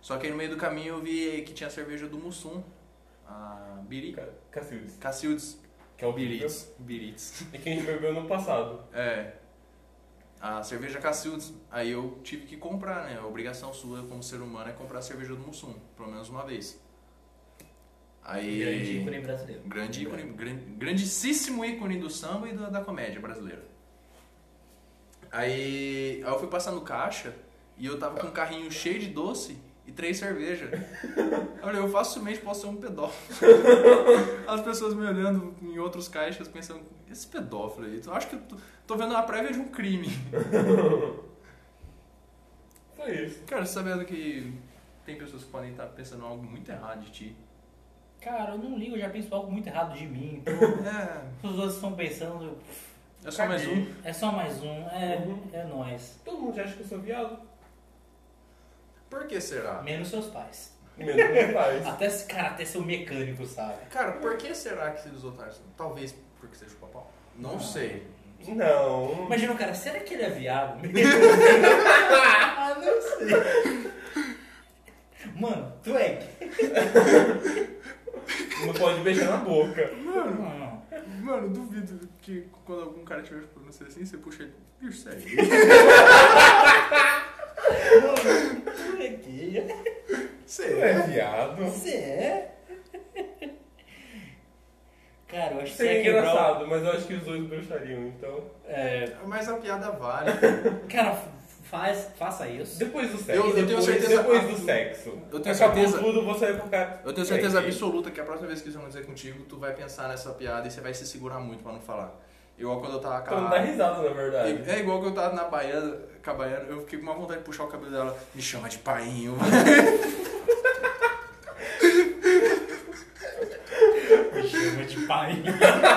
B: Só que aí no meio do caminho eu vi que tinha cerveja do Mussum. A Biri.
A: Ca- Cacildes.
B: Cacildes.
A: Que é o
B: Birites. Birites.
A: E quem bebeu no passado.
B: É. A cerveja Cacildes. Aí eu tive que comprar, né? A obrigação sua como ser humano é comprar a cerveja do Mussum, pelo menos uma vez. Aí.
C: Grande ícone brasileiro.
B: Grande ícone, gran- grandíssimo ícone do samba e da, da comédia brasileira. Aí, aí eu fui passar no caixa e eu tava com um carrinho cheio de doce e três cervejas. Eu falei, eu facilmente posso ser um pedófilo. *laughs* As pessoas me olhando em outros caixas pensando, esse pedófilo aí, eu acho que eu tô, tô vendo a prévia de um crime.
A: Foi isso.
B: tá Cara, sabendo que tem pessoas que podem estar pensando algo muito errado de ti.
C: cara, eu não ligo, eu já penso algo muito errado de mim. Então,
B: É,
C: os outros estão pensando, eu,
B: é só mais um.
C: é só mais um, é,
A: Uhum.
C: é nós.
A: Todo mundo já acha que eu sou viado.
B: Por que será?
C: Menos seus pais.
A: Menos meus pais.
C: Até esse cara, até seu mecânico, sabe?
B: Cara, por que será que os otários são? Talvez porque seja o papau. Não sei.
A: Não.
C: Imagina o cara, será que ele é viado? *laughs*
A: Ah, não sei.
C: Mano, tu é.
A: Não pode beijar na boca. *laughs*
B: Mano,
C: Não, não.
B: mano, duvido que quando algum cara tiver pronúncia assim, você puxa ele. Bicho, sério.
C: Mano, tu é gay?
A: Tu
B: Sei.
A: é viado.
C: Você é? Cara, eu acho que você
A: Seria
C: ia quebrar. o-
A: é engraçado, mas eu acho que os dois gostariam, então.
C: É,
B: Mas a piada *laughs* vale.
C: Cara, faz, faça isso.
A: Depois do sexo.
B: Eu- eu tenho
A: depois,
B: certeza-
A: Depois do sexo.
B: Eu tenho
A: Acabou
B: certeza-
A: tudo, você vai ficar.
B: Eu tenho certeza
A: É,
B: absoluta que a próxima vez que isso acontecer contigo, tu vai pensar nessa piada e você vai se segurar muito pra não falar. Igual quando eu tava com
A: Pra não dar
B: a...
A: risada, na verdade.
B: É igual quando eu tava na baiana, com a baiana, eu fiquei com uma vontade de puxar o cabelo dela. Me chama de painho.
C: Me chama de pai.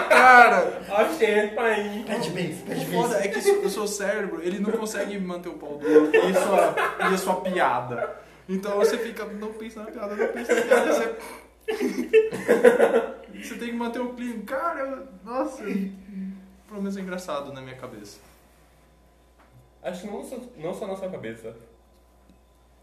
B: Cara,
A: Achei ele pra ir.
C: Pede beijo,
B: o
C: pede beijo.
B: foda é que isso- o seu cérebro, ele não consegue manter o pau duro e a sua, e a sua piada. Então você fica, não pensa na piada, não pensa na piada, você... *laughs* Você tem que manter o clima. Cara, eu- nossa, pelo menos é engraçado na minha cabeça.
A: Acho que não só, não só na sua cabeça.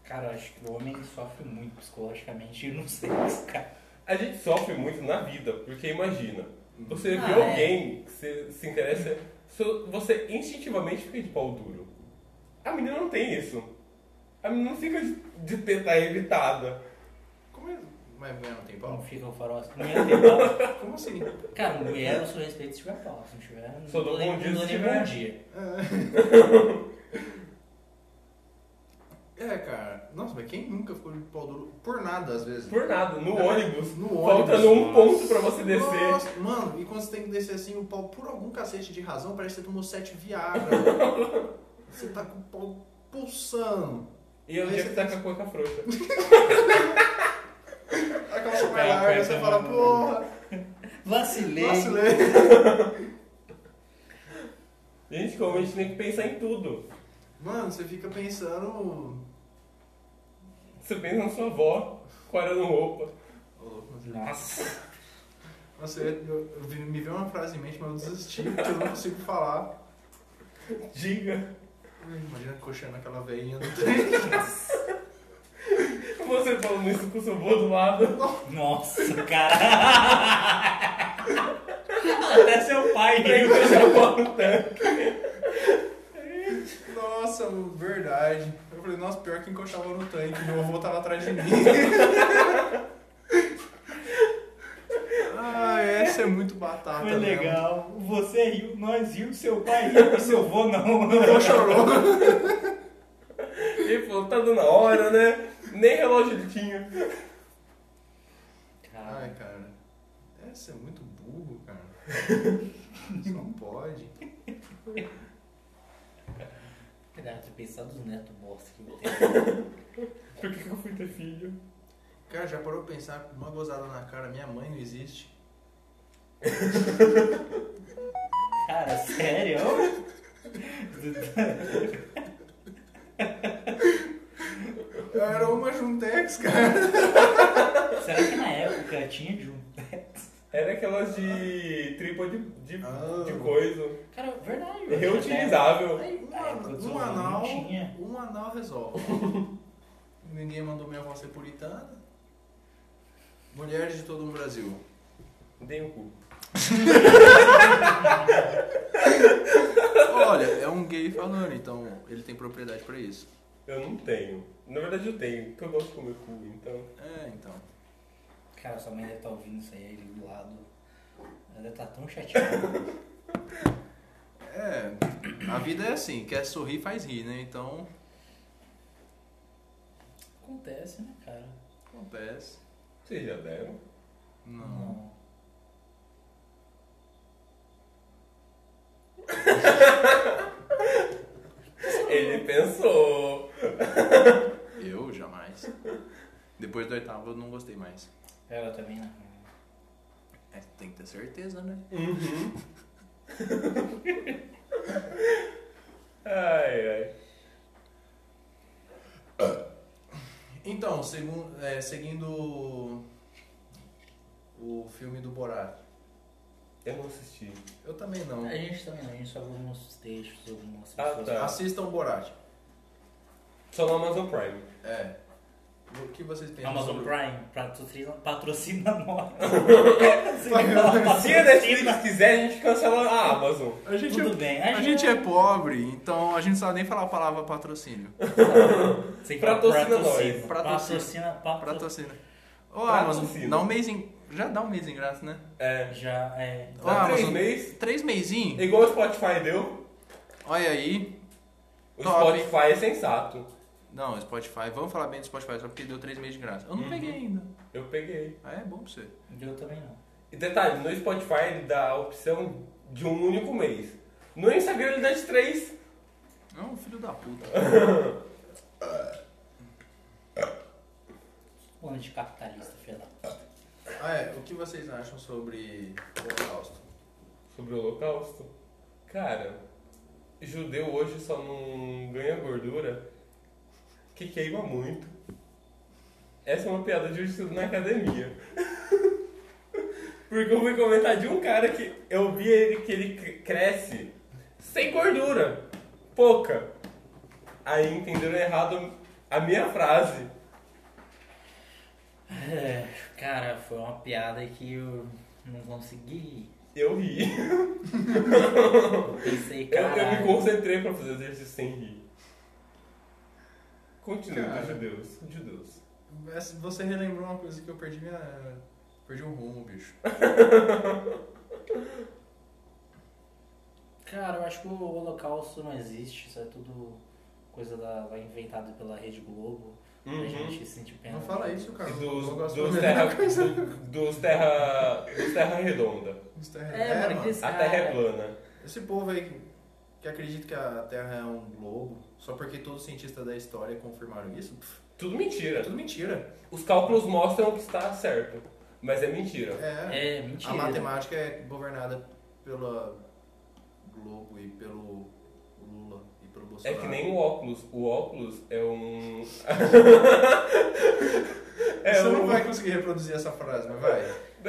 C: Cara, eu acho que o homem sofre muito psicologicamente. Eu não sei isso, cara.
A: A gente sofre muito na vida, porque imagina. Você vê
C: Ah, é.
A: alguém que você se interessa, so- você instintivamente fica de pau duro. A menina não tem isso. A menina não fica de, de tentar evitada.
B: Como é? Mas mulher não tem
C: Não
B: pau?
C: fica o farol. Não ia ter pau.
B: Como assim?
C: Cara, mulher, eu sou respeito se tiver pau. Se não tiver, não
A: Só dou
C: nem-
A: bom dia
C: não dou
A: se
C: nem
A: tiver.
C: bom dia.
B: É, cara. Nossa, mas quem nunca ficou de pau duro por nada, às vezes?
A: Por nada, no
B: Não,
A: ônibus.
B: no
A: Faltando
B: ônibus,
A: um ponto pra você descer.
B: Nossa, mano, e quando você tem que descer assim, o pau, por algum cacete de razão, parece que você tomou sete
A: *laughs*
B: Viagra. você tá com o pau pulsando.
A: E eu
B: Aí
A: tinha
B: você
A: que tá com a cueca frouxa.
B: A calça mais
C: Pera,
B: larga,
C: pera,
B: você
C: pera,
B: fala,
A: né?
C: mano.
B: porra,
C: Vacilei.
B: vacilei.
A: Gente, como a gente tem que pensar em tudo.
B: Mano, você fica pensando.
A: Você pensa na sua avó, quarando roupa.
B: Ô, louco, mas-
C: Nossa.
B: Nossa, eu, eu- eu vi- me veio uma frase em mente, mas eu desisti, porque eu não consigo falar.
A: Diga.
B: Ai, Imagina coxando aquela veinha
A: *laughs*
B: do trem.
A: Você falando isso com o seu avô do
C: *laughs*
A: lado.
C: Nossa, cara. *laughs* Até seu pai
A: Aí
C: riu.
A: eu já volto.
B: Nossa, verdade. Eu falei, nossa, pior que encoxava no tanque, meu avô tava atrás de mim. ah, essa é muito batata.
C: Foi
B: mesmo.
C: legal. Você riu, nós riu, seu pai riu, seu vô não.
B: O avô chorou.
A: Ele falou, tá dando a hora, né? Nem relógio ele tinha.
C: Cara,
B: Ai, cara. Essa é muito burro, cara. Isso não pode.
C: Cara, tu pensar dos netos bosta que eu tenho.
A: Por que, que eu fui ter filho?
B: Cara, já parou pra pensar uma gozada na cara, minha mãe não existe.
C: Cara, *laughs* sério?
B: Era uma Juntex, cara.
C: Será que na época tinha de um.
A: Era aquelas de trípode de, de,
B: Ah.
A: de coisa.
C: Cara, verdade. velho.
A: Reutilizável.
C: Aí,
B: Um,
C: na época dos
B: um
C: outros não
B: anal.
C: tinha.
B: Um
D: *laughs*
B: anal resolve. Ninguém mandou minha avó ser puritana. Mulheres de todo o
D: *laughs*
B: Brasil.
A: Dei um cu.
B: Olha, é um gay falando, então ele tem propriedade pra isso.
A: Eu não tenho. Na verdade eu tenho, porque eu gosto de comer cu, então.
B: É, então.
C: Cara, sua mãe deve estar ouvindo isso aí ali do lado. Ela deve estar tão chateada.
B: É, a vida é assim, quer sorrir faz rir, né? Então,
C: Acontece, né, cara?
B: acontece.
A: Vocês já deram?
B: Não.
A: Ele pensou.
B: Eu jamais. Depois do oitavo eu não gostei mais.
C: Ela também né? não.
D: É, tem que ter certeza, né?
A: Uhum. *laughs*
C: Ai, ai.
B: Então, segun- é, seguindo o- o filme do Borat.
A: Eu não assisti.
B: Eu também não.
D: É
C: A gente também não, a gente só viu alguns textos, algumas
A: Ah,
C: pessoas.
A: tá.
B: Assistam o Borat.
A: Só no Amazon Prime.
B: É. O que vocês pensam?
C: Amazon
B: sobre-
C: Prime patrocina, patrocina nós. *laughs*
A: Se a Netflix quiser, a gente cancela a Amazon.
D: A gente,
C: Tudo bem,
D: a gente é pobre, então a gente não sabe nem falar a palavra patrocínio.
C: Sim,
A: Patrocina nós.
C: patrocina,
D: Patrocina.
C: Patrocina. Patrocina.
D: Patrocínio. Ô, Amazon,
A: Patrocínio.
D: dá um mês em... Já dá um mês em graça, né?
A: É.
C: Já é.
D: Ô,
B: Ah.
A: Dá três
D: Amazon,
A: meses.
D: Três meizinhos?
A: Igual o Spotify deu.
D: Olha aí.
A: O
D: Top.
A: Spotify é sensato.
D: Não, Spotify. Vamos falar bem do Spotify, só porque deu três meses de graça. Eu não
A: Uhum.
D: peguei ainda.
A: Eu peguei.
D: Ah, é bom pra você.
C: Eu também não.
A: E detalhe, no Spotify ele dá a opção de um único mês. No Instagram ele dá de três.
D: Não, É um filho da
A: *laughs*
D: puta.
C: Plano de capitalista, filha da puta.
B: Ah, é. O que vocês acham sobre o Holocausto?
A: *coughs* Sobre o holocausto. Cara, judeu hoje só não ganha gordura que queima muito. Essa é uma piada de hoje na academia. *laughs* Porque eu fui comentar de um cara que eu vi ele que ele cre- cresce sem gordura. Pouca. Aí entenderam errado a minha frase.
C: É, cara, foi uma piada que eu não consegui.
A: Eu ri. *laughs*
C: Eu pensei,
A: Eu, eu
C: cara.
A: me concentrei pra fazer exercício sem rir. Continua,
B: Cara.
A: judeus, judeus.
B: Essa- Você relembrou uma coisa que eu perdi minha... Perdi o rumo, bicho.
C: Cara, eu acho que o holocausto não existe, isso é tudo coisa da, lá inventada pela Rede Globo pra gente sentir pena.
B: Não fala isso, Uhum. cara.
A: E
B: Eu
A: dos,
B: não gosto
A: dos,
B: da
A: terra,
B: mesma coisa.
A: do- dos terra. Dos terra redonda.
B: Isso
C: É, mano, que
A: A
C: Ah.
A: terra é plana.
B: Esse povo aí que, que acredita que a Terra é um globo, só porque todos os cientistas da história confirmaram isso, pff,
A: Tudo
B: é
A: mentira.
B: tudo mentira.
A: Os cálculos mostram que está certo. Mas é mentira.
B: É.
C: É, mentira.
B: A matemática é governada pela Globo e pelo Lula e pelo
A: É
B: Bolsonaro.
A: que nem o óculos. O óculos é um. é
B: Você não
A: um...
B: vai conseguir reproduzir essa frase, mas vai.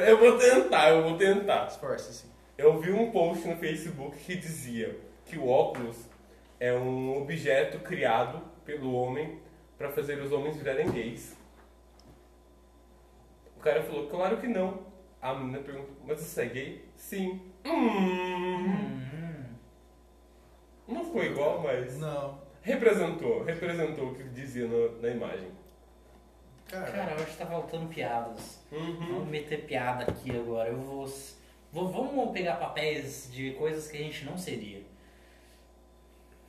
A: Eu vou tentar, eu vou tentar.
B: Esforce-se.
A: Eu vi um post no Facebook que dizia que o óculos é um objeto criado pelo homem para fazer os homens virarem gays. O cara falou, claro que não. A menina perguntou, mas você é gay? Sim.
C: Uhum.
A: Hum,
B: Uhum.
C: Hum,
A: não ficou igual, mas.
B: Não.
A: Representou, representou o que dizia no- na imagem.
B: Cara,
C: cara, eu acho que tá faltando piadas. Vamos
A: Uhum.
C: meter piada aqui agora. Eu vou, vou. Vamos pegar papéis de coisas que a gente não seria.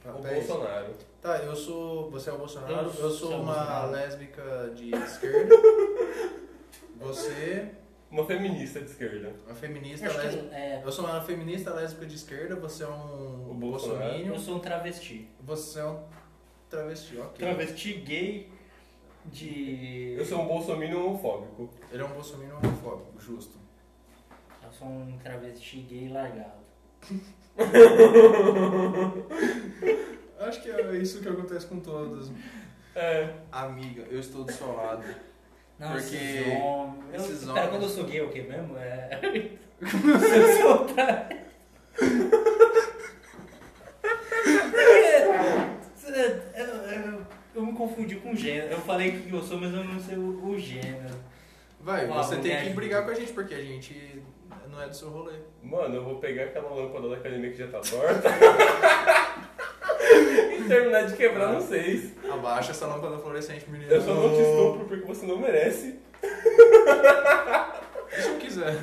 A: O
B: papéis.
A: Bolsonaro.
B: Tá, eu sou. Você é o Bolsonaro,
C: Eu
B: eu,
C: sou
B: sou
C: o
B: uma
C: Bolsonaro.
B: lésbica de esquerda. você
A: Uma feminista de esquerda.
B: é uma feminista
C: Acho
B: lésbica.
C: que, é,
B: Eu sou uma feminista lésbica de esquerda, você é um
A: O Bolsonaro.
C: eu
B: bolsominion,
C: sou um travesti.
B: você é um travesti, ok.
C: Travesti gay de.
A: Eu sou um bolsominion homofóbico. *laughs*
B: Ele é um bolsominion homofóbico, justo.
C: Eu sou um travesti gay largado.
B: Acho que é isso que acontece com todas.
A: É.
B: Amiga, eu estou do seu lado.
C: Não,
B: Porque
C: esses homens. Eu-
B: esses
C: Pera,
B: homens-
C: quando eu sou gay, o que mesmo? É. eu sou otário. É, é, eu- Eu me confundi com gênero. Eu falei que eu sou, mas eu não sei o, o gênero.
B: Vai,
C: Ó,
B: você
C: me
B: tem que
C: ajuda.
B: brigar com a gente, porque a gente não é do seu rolê.
A: Mano, eu vou pegar aquela lâmpada da academia que já tá torta *laughs* e terminar de quebrar no seis.
B: Abaixa essa lâmpada fluorescente, menino.
A: Eu só não te estupro porque você não merece.
B: Se eu quiser.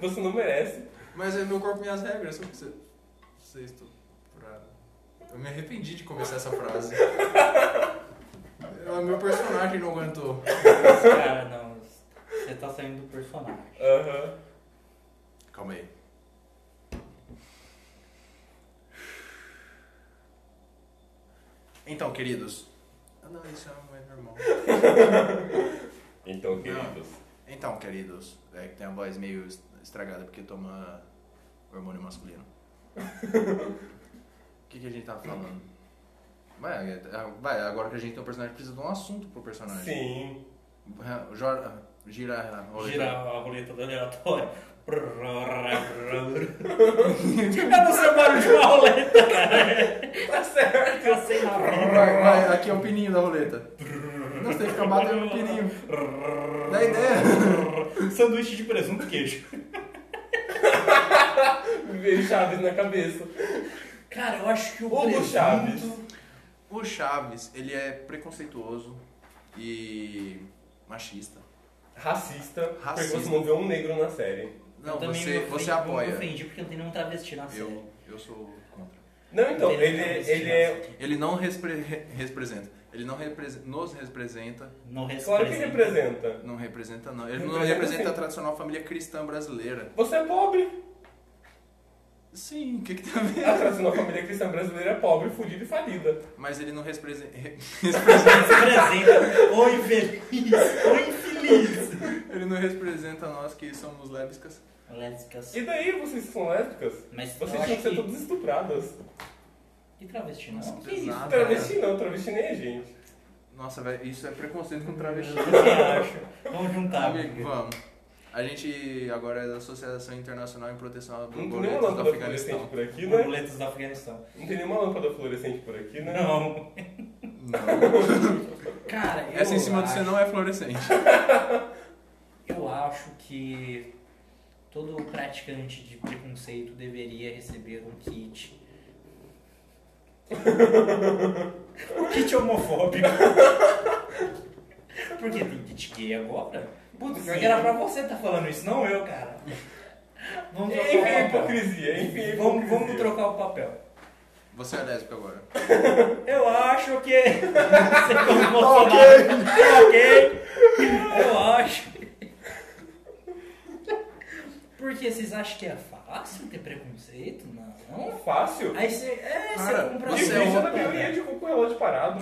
A: Você não merece.
B: Mas é meu corpo, minhas regras. Se eu quiser. Você é estuprado. Eu me arrependi de começar essa frase. É, Meu personagem não aguentou.
C: Cara, não. Você tá saindo do personagem.
A: Aham.
B: Calma aí. Então, queridos. Ah, não, isso é uma normal.
A: *laughs* Então,
B: um Não.
A: queridos,
B: Então, queridos, é que tem a voz meio es- estragada porque toma hormônio
A: *laughs*
B: masculino. O que, que a gente tava falando? Vai, é, vai, agora que a gente tem um personagem, precisa de um assunto pro personagem.
A: Sim.
B: É, Jora, gira a roleta.
C: Gira a roleta do aleatório. Eu não sei o barulho de uma roleta, cara.
A: Tá certo.
C: Eu sei na
B: Vai, vai, aqui é o pininho da roleta. Nossa, tem que ficar batendo no pininho. Dá ideia.
C: Sanduíche de presunto e queijo.
A: Veio Chaves na cabeça.
C: Cara, eu acho que o
A: Hugo
C: presunto...
A: Chaves.
B: O Chaves, ele é preconceituoso e machista.
A: Racista,
B: Racista.
A: porque você não vê um negro na série.
B: Não,
C: eu também
B: você,
C: me ofendi,
B: você
C: Eu
B: apoia.
C: me ofendi porque não tem nenhum travesti na série.
B: Eu, eu sou contra.
A: Não, então,
C: Não tem
A: ele,
C: nenhum travesti
A: ele
C: na
A: é.
C: série.
B: Ele não respre- re- representa. Ele não represe- nos representa.
C: Não
A: Claro que
C: representa.
A: representa.
B: Não representa, não. Ele não
A: Representa
B: representa
A: sim.
B: a tradicional família cristã brasileira.
A: Você é pobre.
B: Sim, o que, que tem a ver?
A: A tradicional família cristã brasileira é pobre, fudida e falida.
B: Mas ele não represen- re- *laughs*
C: Representa ou infeliz ou infeliz.
B: ele não representa nós que somos lésbicas.
C: Lésbicas.
A: E daí vocês que são lésbicas?
C: Mas eu
A: Vocês
C: acho
A: tinham que ser
C: que-
A: todas estupradas.
C: E travesti não?
B: Nossa,
C: que isso?
B: pesado.
C: cara?
A: Travesti não, travesti nem é gente.
B: Nossa, velho, isso é preconceito com travesti.
C: Eu também acho. Vamos juntar.
B: Amigo,
C: amigo.
B: vamos. A gente agora é da Associação Internacional em Proteção a
A: Não é tem nenhuma
B: Borboletas do
A: lâmpada fluorescente
B: Afeganistão.
A: por aqui, né?
C: Borboletas do Afeganistão.
A: Não tem nenhuma lâmpada fluorescente por aqui, né?
C: Não.
B: Não.
C: Cara, eu
B: Essa em cima de
C: acho,
B: você não é fluorescente.
C: Eu acho que todo praticante de preconceito deveria receber um kit. *laughs* um kit homofóbico. *laughs* Porque tem kit gay agora? Putz, pior que era pra você estar falando isso, não eu, cara. Vamos trocar
A: Enfim, a
C: o papel.
A: hipocrisia, enfim, a hipocrisia.
C: Vamos, vamos trocar o papel.
B: Você é lésbico agora.
C: Eu acho que. *laughs* Você como Bolsonaro. ok. Eu acho. Porque vocês acham que é fácil ter preconceito? Não.
A: Não, fácil.
C: Aí você. É,
B: Cara,
C: você compra
B: você
C: sua
B: é
A: Difícil
B: um
A: na
C: roupa,
A: maioria
C: né?
A: de cu com o relógio parado.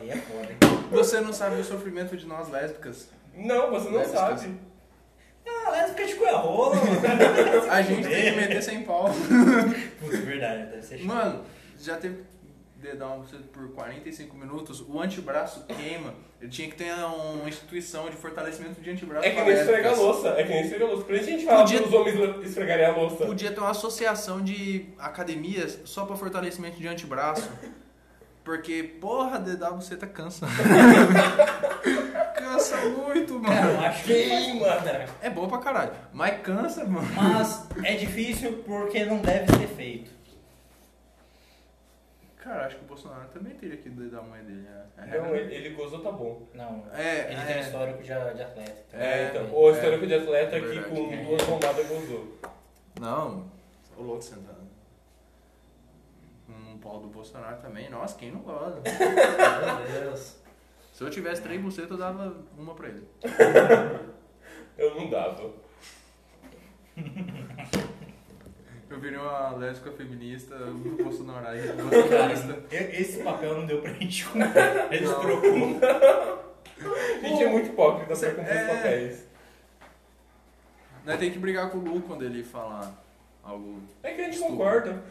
C: Aí é foda. hein?
B: Você não sabe o sofrimento de nós lésbicas.
A: Não, você não
B: Deve
A: sabe.
C: Ah, lésbica de cuia rola, mano.
B: A gente tem que meter sem pau.
C: Putz, verdade, deve ser chato.
B: Mano, já teve dedão por 45 minutos, o antebraço queima. Ele tinha que ter uma instituição de fortalecimento de antebraço.
A: É que
B: pra
A: nem esfregar a
B: lésbicas.
A: louça. É que nem esfregar a louça. Por isso a gente fala
B: Podia-
A: que os homens esfregarem a louça.
B: Podia ter uma associação de academias só pra fortalecimento de antebraço. Porque, porra, DW tá cansa. *laughs* cansa muito,
C: Cara,
B: mano.
C: eu acho
A: Queima.
C: que.
B: É boa pra caralho, mas cansa, mano.
C: Mas é difícil porque não deve ser feito.
B: Cara, acho que o Bolsonaro também teria que dar a mãe dele, né? É
A: Não,
B: regra-
A: ele, ele gozou, tá bom.
C: Não.
B: É,
C: um ele
B: é.
C: tem um histórico de, de atleta.
A: É,
B: É,
A: então. O
B: é.
A: histórico de atleta que
B: Verdade.
A: com duas bombadas gozou.
B: Não, o louco sentado. Um pau do Bolsonaro também. Nossa, quem não gosta?
C: Meu Deus.
B: Se eu tivesse três bucetas, eu dava uma pra ele.
A: Eu não dava.
B: Eu virei uma lésbica feminista, *laughs* um bolsonarista,
C: Cara,
B: bolsonarista.
C: e- esse papel não deu pra gente comprar. Eles
B: Não.
C: trocou.
B: *laughs*
A: A gente é muito hipócrita pra
B: Você-
A: cumprir os
B: é.
A: papéis.
B: Nós tem que brigar com o Lu quando ele falar algo.
A: É que a gente
B: Estúpido.
A: concorda.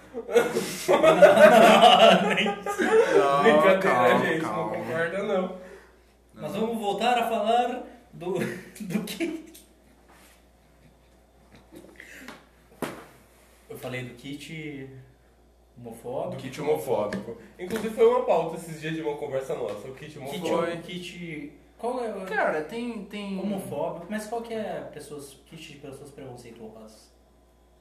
B: Não,
A: Brincadeira, gente. Não concorda, não.
C: Mas vamos voltar a falar do. do que? Eu falei do kit
A: Do
C: homofóbico.
A: kit homofóbico. Inclusive foi uma pauta esses dias de uma conversa nossa. O kit
C: Kit,
A: homofóbico.
B: Foi.
C: kit. Qual é o.
B: Cara, tem. tem...
C: Homofóbico, mas qual que é pessoas, kit de pessoas preconceituosas?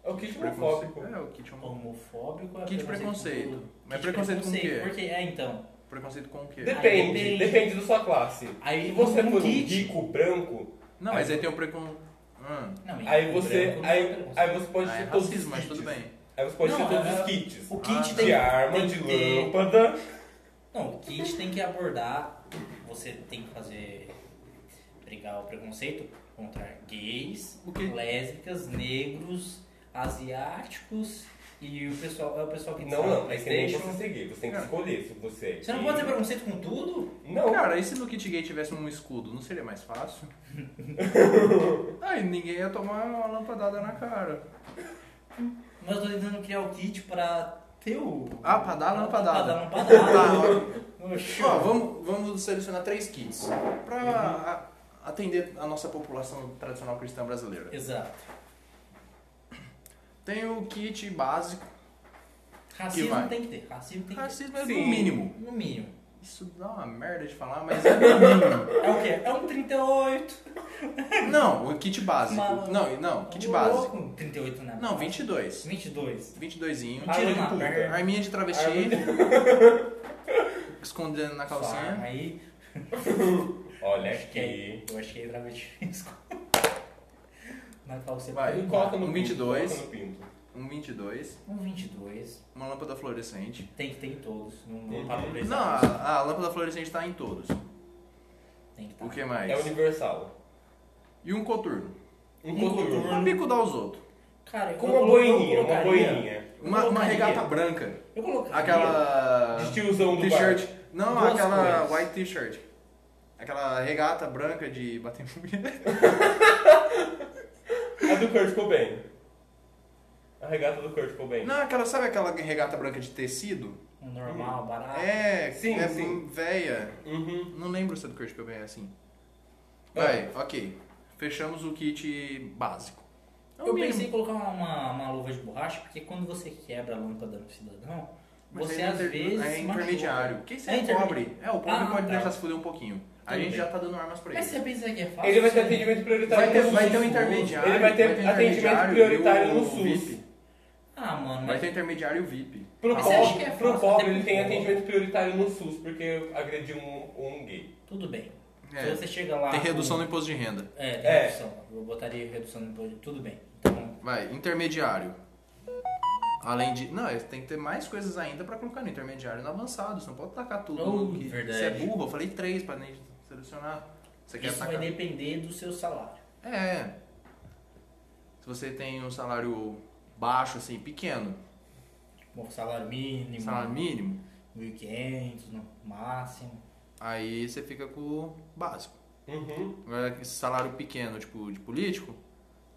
A: É o kit
B: Preconceito.
A: homofóbico.
B: É, o kit homofóbico.
C: Homofóbico é
B: Kit
C: preconceito com
B: preconceito.
C: tudo?
B: Mas é
C: Kit
B: preconceito com o quê?
C: Porque, é então.
B: Preconceito com o quê?
C: Dep-
A: Depende,
C: Aí
A: depende,
C: depende.
A: da sua classe.
C: Aí
A: Se você
C: um
A: for um
C: kit-
A: rico branco,
B: Não, mas aí tem o preconceito. Hum.
C: Não, e
A: aí
C: o
A: você.
C: branco não é
A: Aí,
C: preconceito.
A: aí você pode
B: Ah, é
A: ter todos
B: racismo,
A: os
B: mas
A: kits.
B: tudo bem.
A: Aí você pode
C: Não,
A: ter todos
C: é-
A: os kits.
C: O kit
B: Ah,
A: De
C: tem,
A: arma,
C: tem
A: de
C: que ter-
A: lâmpada.
C: Não, o kit tem que abordar. Você tem que fazer. brigar o preconceito contra gays,
B: O quê?
C: lésbicas, negros, asiáticos E o pessoal, é o pessoal que
A: Não,
C: tá no
A: não, é que nem
C: PlayStation.
A: você seguir, você tem que
B: Não.
A: escolher se você.
C: Você não pode ter preconceito com tudo?
A: Não,
B: Cara, e se no Kit Gay tivesse um escudo, não seria
A: *laughs*
B: mais fácil? Aí ninguém ia tomar uma lampadada na cara.
A: *laughs*
C: Mas eu tô tentando criar o kit pra ter o.
B: Ah, pra dar lampadada.
C: Pra dar
B: *laughs* Tá,
C: lampadada.
B: ó.
C: Oxi.
B: Ó, vamos, vamos selecionar três kits pra a- atender a nossa população tradicional cristã brasileira.
C: Exato.
B: Tem o kit básico. Que vai.
C: Racismo tem que ter. Racismo tem que ter.
B: Racismo é
A: Sim.
B: o mínimo.
C: No mínimo.
B: Isso dá uma merda de falar, mas é o
C: *laughs*
B: mínimo.
C: É o quê? É um 38.
B: Não, o kit básico.
C: Maluco.
B: Não, não, kit
C: Ô,
B: básico.
C: louco. 38 né?
B: Não, 22.
C: 22.
B: 22inho.
C: Um tiro
A: Arma
C: na
A: de puta.
C: perna.
B: Arminha de travesti. Escondendo na
C: Sua arma
B: calcinha.
C: Aí,
A: olha
C: acho
A: aqui.
C: que é- eu acho que é travesti. *laughs* na calcinha.
B: Vai.
A: Ele coloca no
B: Um
A: pinto,
B: 22.
A: Coloca no pinto.
B: Um 22.
C: Um 22.
B: Uma lâmpada fluorescente.
C: Tem que ter em todos. Não, não
A: Uhum.
C: tá pra
B: Não, a, a lâmpada fluorescente tá em todos.
C: Tem que tá.
B: O que mais?
A: É universal.
B: E um coturno.
A: Um
C: Um
A: coturno.
C: coturno.
B: Pra bicudar os outros.
C: Cara,
A: Com
C: eu-
A: uma
C: eu
A: boininha, uma
C: colocaria- um
A: boininha.
C: eu
B: Uma, uma
C: colocaria-
B: regata branca.
C: Eu colocaria.
B: Aquela.
A: De tiozão do bar.
B: T-shirt. Não,
C: Duas
B: aquela
C: cores.
B: white t-shirt. Aquela regata branca de bater *laughs* em mulher.
A: A do Kurt Cobain. A regata do Kurt Cobain.
B: Não, aquela, sabe aquela regata branca de tecido?
C: Um normal, barato.
B: É,
A: Ah. Sim,
B: é
A: sim.
B: véia.
A: Uhum.
B: Não lembro se é do Kurt Cobain é assim.
A: É.
B: Vai, ok. Fechamos o kit básico. É o
C: Eu
B: mínimo.
C: pensei em colocar uma, uma, uma luva de borracha, porque quando você quebra a lâmpada do cidadão,
B: Mas
C: você
B: é
C: às
B: inter-
C: vezes.
B: É
C: se
B: intermediário.
C: machuca.
B: Quem se
C: É
B: é
C: interme-
B: pobre? É, o pobre
C: Ah,
B: pode
C: tá.
B: deixar se fuder um pouquinho. A
A: Tudo
B: gente
A: bem.
B: já tá dando armas pra
C: Mas
B: ele.
C: você pensa que é fácil.
A: Ele vai ter
C: né?
A: atendimento prioritário
B: Vai ter,
A: no
B: vai ter um
A: SUS.
B: intermediário.
A: Ele vai ter atendimento
B: intermediário
A: prioritário
B: e o
A: no SUS.
B: VIP.
C: Ah, mano,
B: Vai
C: mas.
B: ter intermediário e o VIP.
A: Pro
C: Mas
A: pobre,
C: você acha que é
A: pro
C: fácil
A: pobre
C: ter
A: ele
C: um
A: tem
C: pobre?
A: atendimento prioritário no SUS, porque agrediu um, um gay.
C: Tudo bem.
B: É.
C: Se você chega lá.
B: Tem redução
C: com-
B: no imposto de renda.
C: É, tem
A: É.
C: redução. Eu botaria redução no imposto. Tudo bem. Então,
B: Vai, intermediário. Além de. Não, é, tem que ter mais coisas ainda pra colocar no intermediário e no avançado. Você não pode tacar tudo.
C: Oh,
B: no que-
C: verdade.
B: Você é burro, eu falei três pra nem selecionar. Você quer
C: isso
B: tacar.
C: vai depender do seu salário.
B: É. Se você tem um salário baixo, assim, pequeno,
C: Bom, salário mínimo.
B: salário mínimo,
C: 1.500 no máximo.
B: aí você fica com o básico.
A: Uhum.
B: Agora, esse salário pequeno, tipo, de político,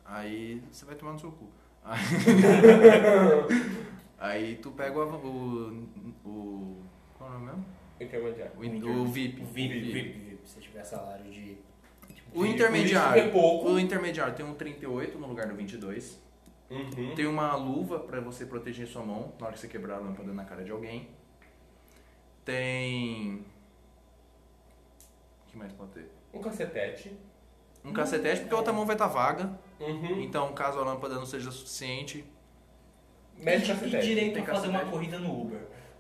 B: aí você vai tomar no seu cu. Aí, aí tu pega o, avan- o, o. Qual é o nome mesmo?
A: Intermediário.
B: O, in- o VIP.
C: O VIP.
A: VIP.
C: Se você tiver salário de.
B: O
A: E
B: intermediário.
A: Por isso que é pouco.
C: Uhum.
B: O intermediário tem um 38 no lugar do 22.
A: Uhum.
B: Tem uma luva pra você proteger sua mão na hora que você quebrar a lâmpada na cara de alguém. Tem. O que mais pode ter?
A: Um cacetete.
B: Um cacetete, porque a outra mão vai estar vaga.
A: Uhum.
B: Então, caso a lâmpada não seja suficiente.
A: Mede
C: E- e
A: cacetete.
C: direito
B: Tem
C: a fazer uma
B: cacetete.
C: corrida no Uber.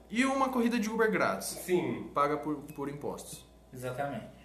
B: E uma corrida de Uber grátis.
A: Sim.
B: Paga por, por impostos.
C: Exatamente.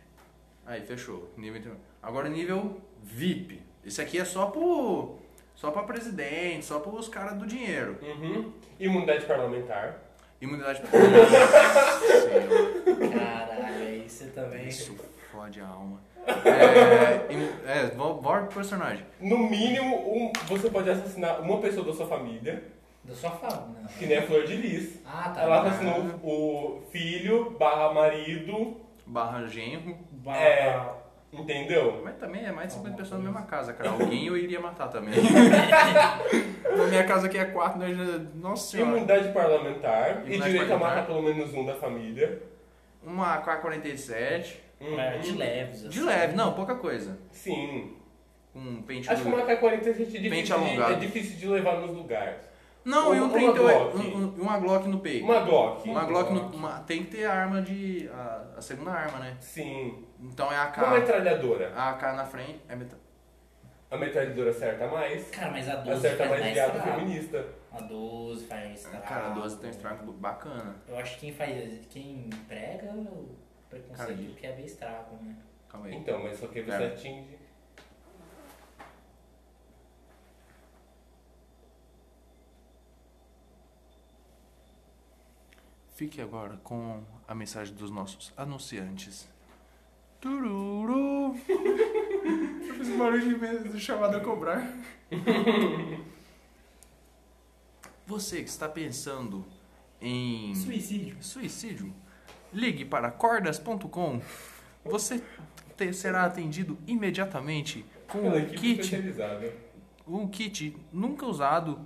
B: Aí, fechou. Nível inter- Agora, nível VIP. Esse aqui é só pro. Só pra presidente, só pros caras do dinheiro.
A: Uhum. Imunidade parlamentar.
B: Imunidade. Nossa Senhora.
C: Caralho, aí você também.
B: Isso fode a alma. É, em- é vol- volta pro personagem.
A: No mínimo, um- você pode assassinar uma pessoa da sua família,
C: Da sua fala. Não.
A: que nem a Flor de Lis.
C: Ah, tá.
A: Ela
C: Barra-
A: assassinou o filho, barra marido,
B: Barra genro.
C: barra-
A: é, entendeu?
B: Mas também é mais de 50 pessoas na mesma casa, cara. Alguém eu iria matar também. *laughs* na minha casa aqui é 4, nós. já- Nossa senhora.
A: Imunidade parlamentar e
B: Imunidade
A: direito a
B: parlamentar.
A: matar pelo menos um da família.
B: Uma AK-47.
A: Uhum.
C: É, de leves.
B: De
C: assim.
B: leve, não, pouca coisa.
A: Sim.
B: Um pente.
A: Acho que
B: duro.
A: uma AK-47 é difícil,
B: Pente
A: de,
B: alongado.
A: é difícil de levar nos lugares.
B: Não, e um
A: uma
B: 38.
A: Glock.
B: um- um- Uma Glock no peito.
A: Uma Glock.
B: Uma Glock no. uma- tem que ter a arma de. A, a segunda arma, né?
A: Sim.
B: Então é a AK.
A: Uma metralhadora.
B: A AK na frente. É meta...
A: A metralhadora acerta mais.
C: Cara, mas a 12
A: Acerta
C: faz
A: mais
C: mais
A: viado
C: estrago.
A: feminista.
C: A 12 faz estrago.
A: Ah.
B: Cara, 12 tem um estrago bacana.
C: Eu acho que quem faz. Quem prega é o preconceito
B: Cara,
C: quer ver estrago, né?
B: Calma aí.
A: Então, mas só que você
B: É.
A: atinge.
B: Fique agora com a mensagem dos nossos anunciantes. Tururu! *laughs* Eu fiz um barulho de chamada a cobrar. *laughs* Você que está pensando em
C: Suicídio.
B: suicídio, ligue para cordas.com. Você te- será atendido imediatamente com
A: Pela
B: um
A: equipe
B: kit,
A: especializada.
B: um kit nunca usado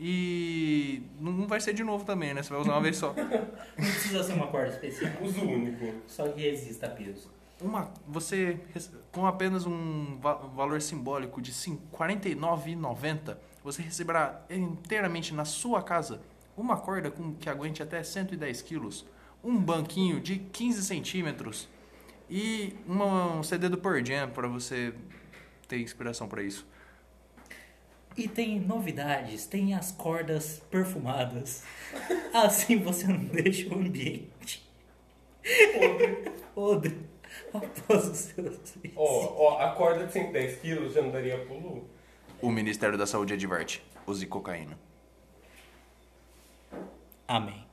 B: e não vai ser de novo também, né? Você vai usar uma vez só.
C: Não precisa ser uma corda especial.
A: Uso único.
C: Só que resista a peso.
B: Uma, você rece- com apenas um va- valor simbólico de cin- R$ 49,90, você receberá inteiramente na sua casa uma corda com que aguente até 110 quilos, um banquinho de 15 centímetros e uma- um CD do Pearl Jam para você ter inspiração para isso.
C: E tem novidades, tem as cordas perfumadas. Assim você não deixa o ambiente podre após os seus
A: Ó, ó, a corda de 110 quilos já não daria pulo?
B: O Ministério da Saúde adverte: use cocaína.
C: Amém.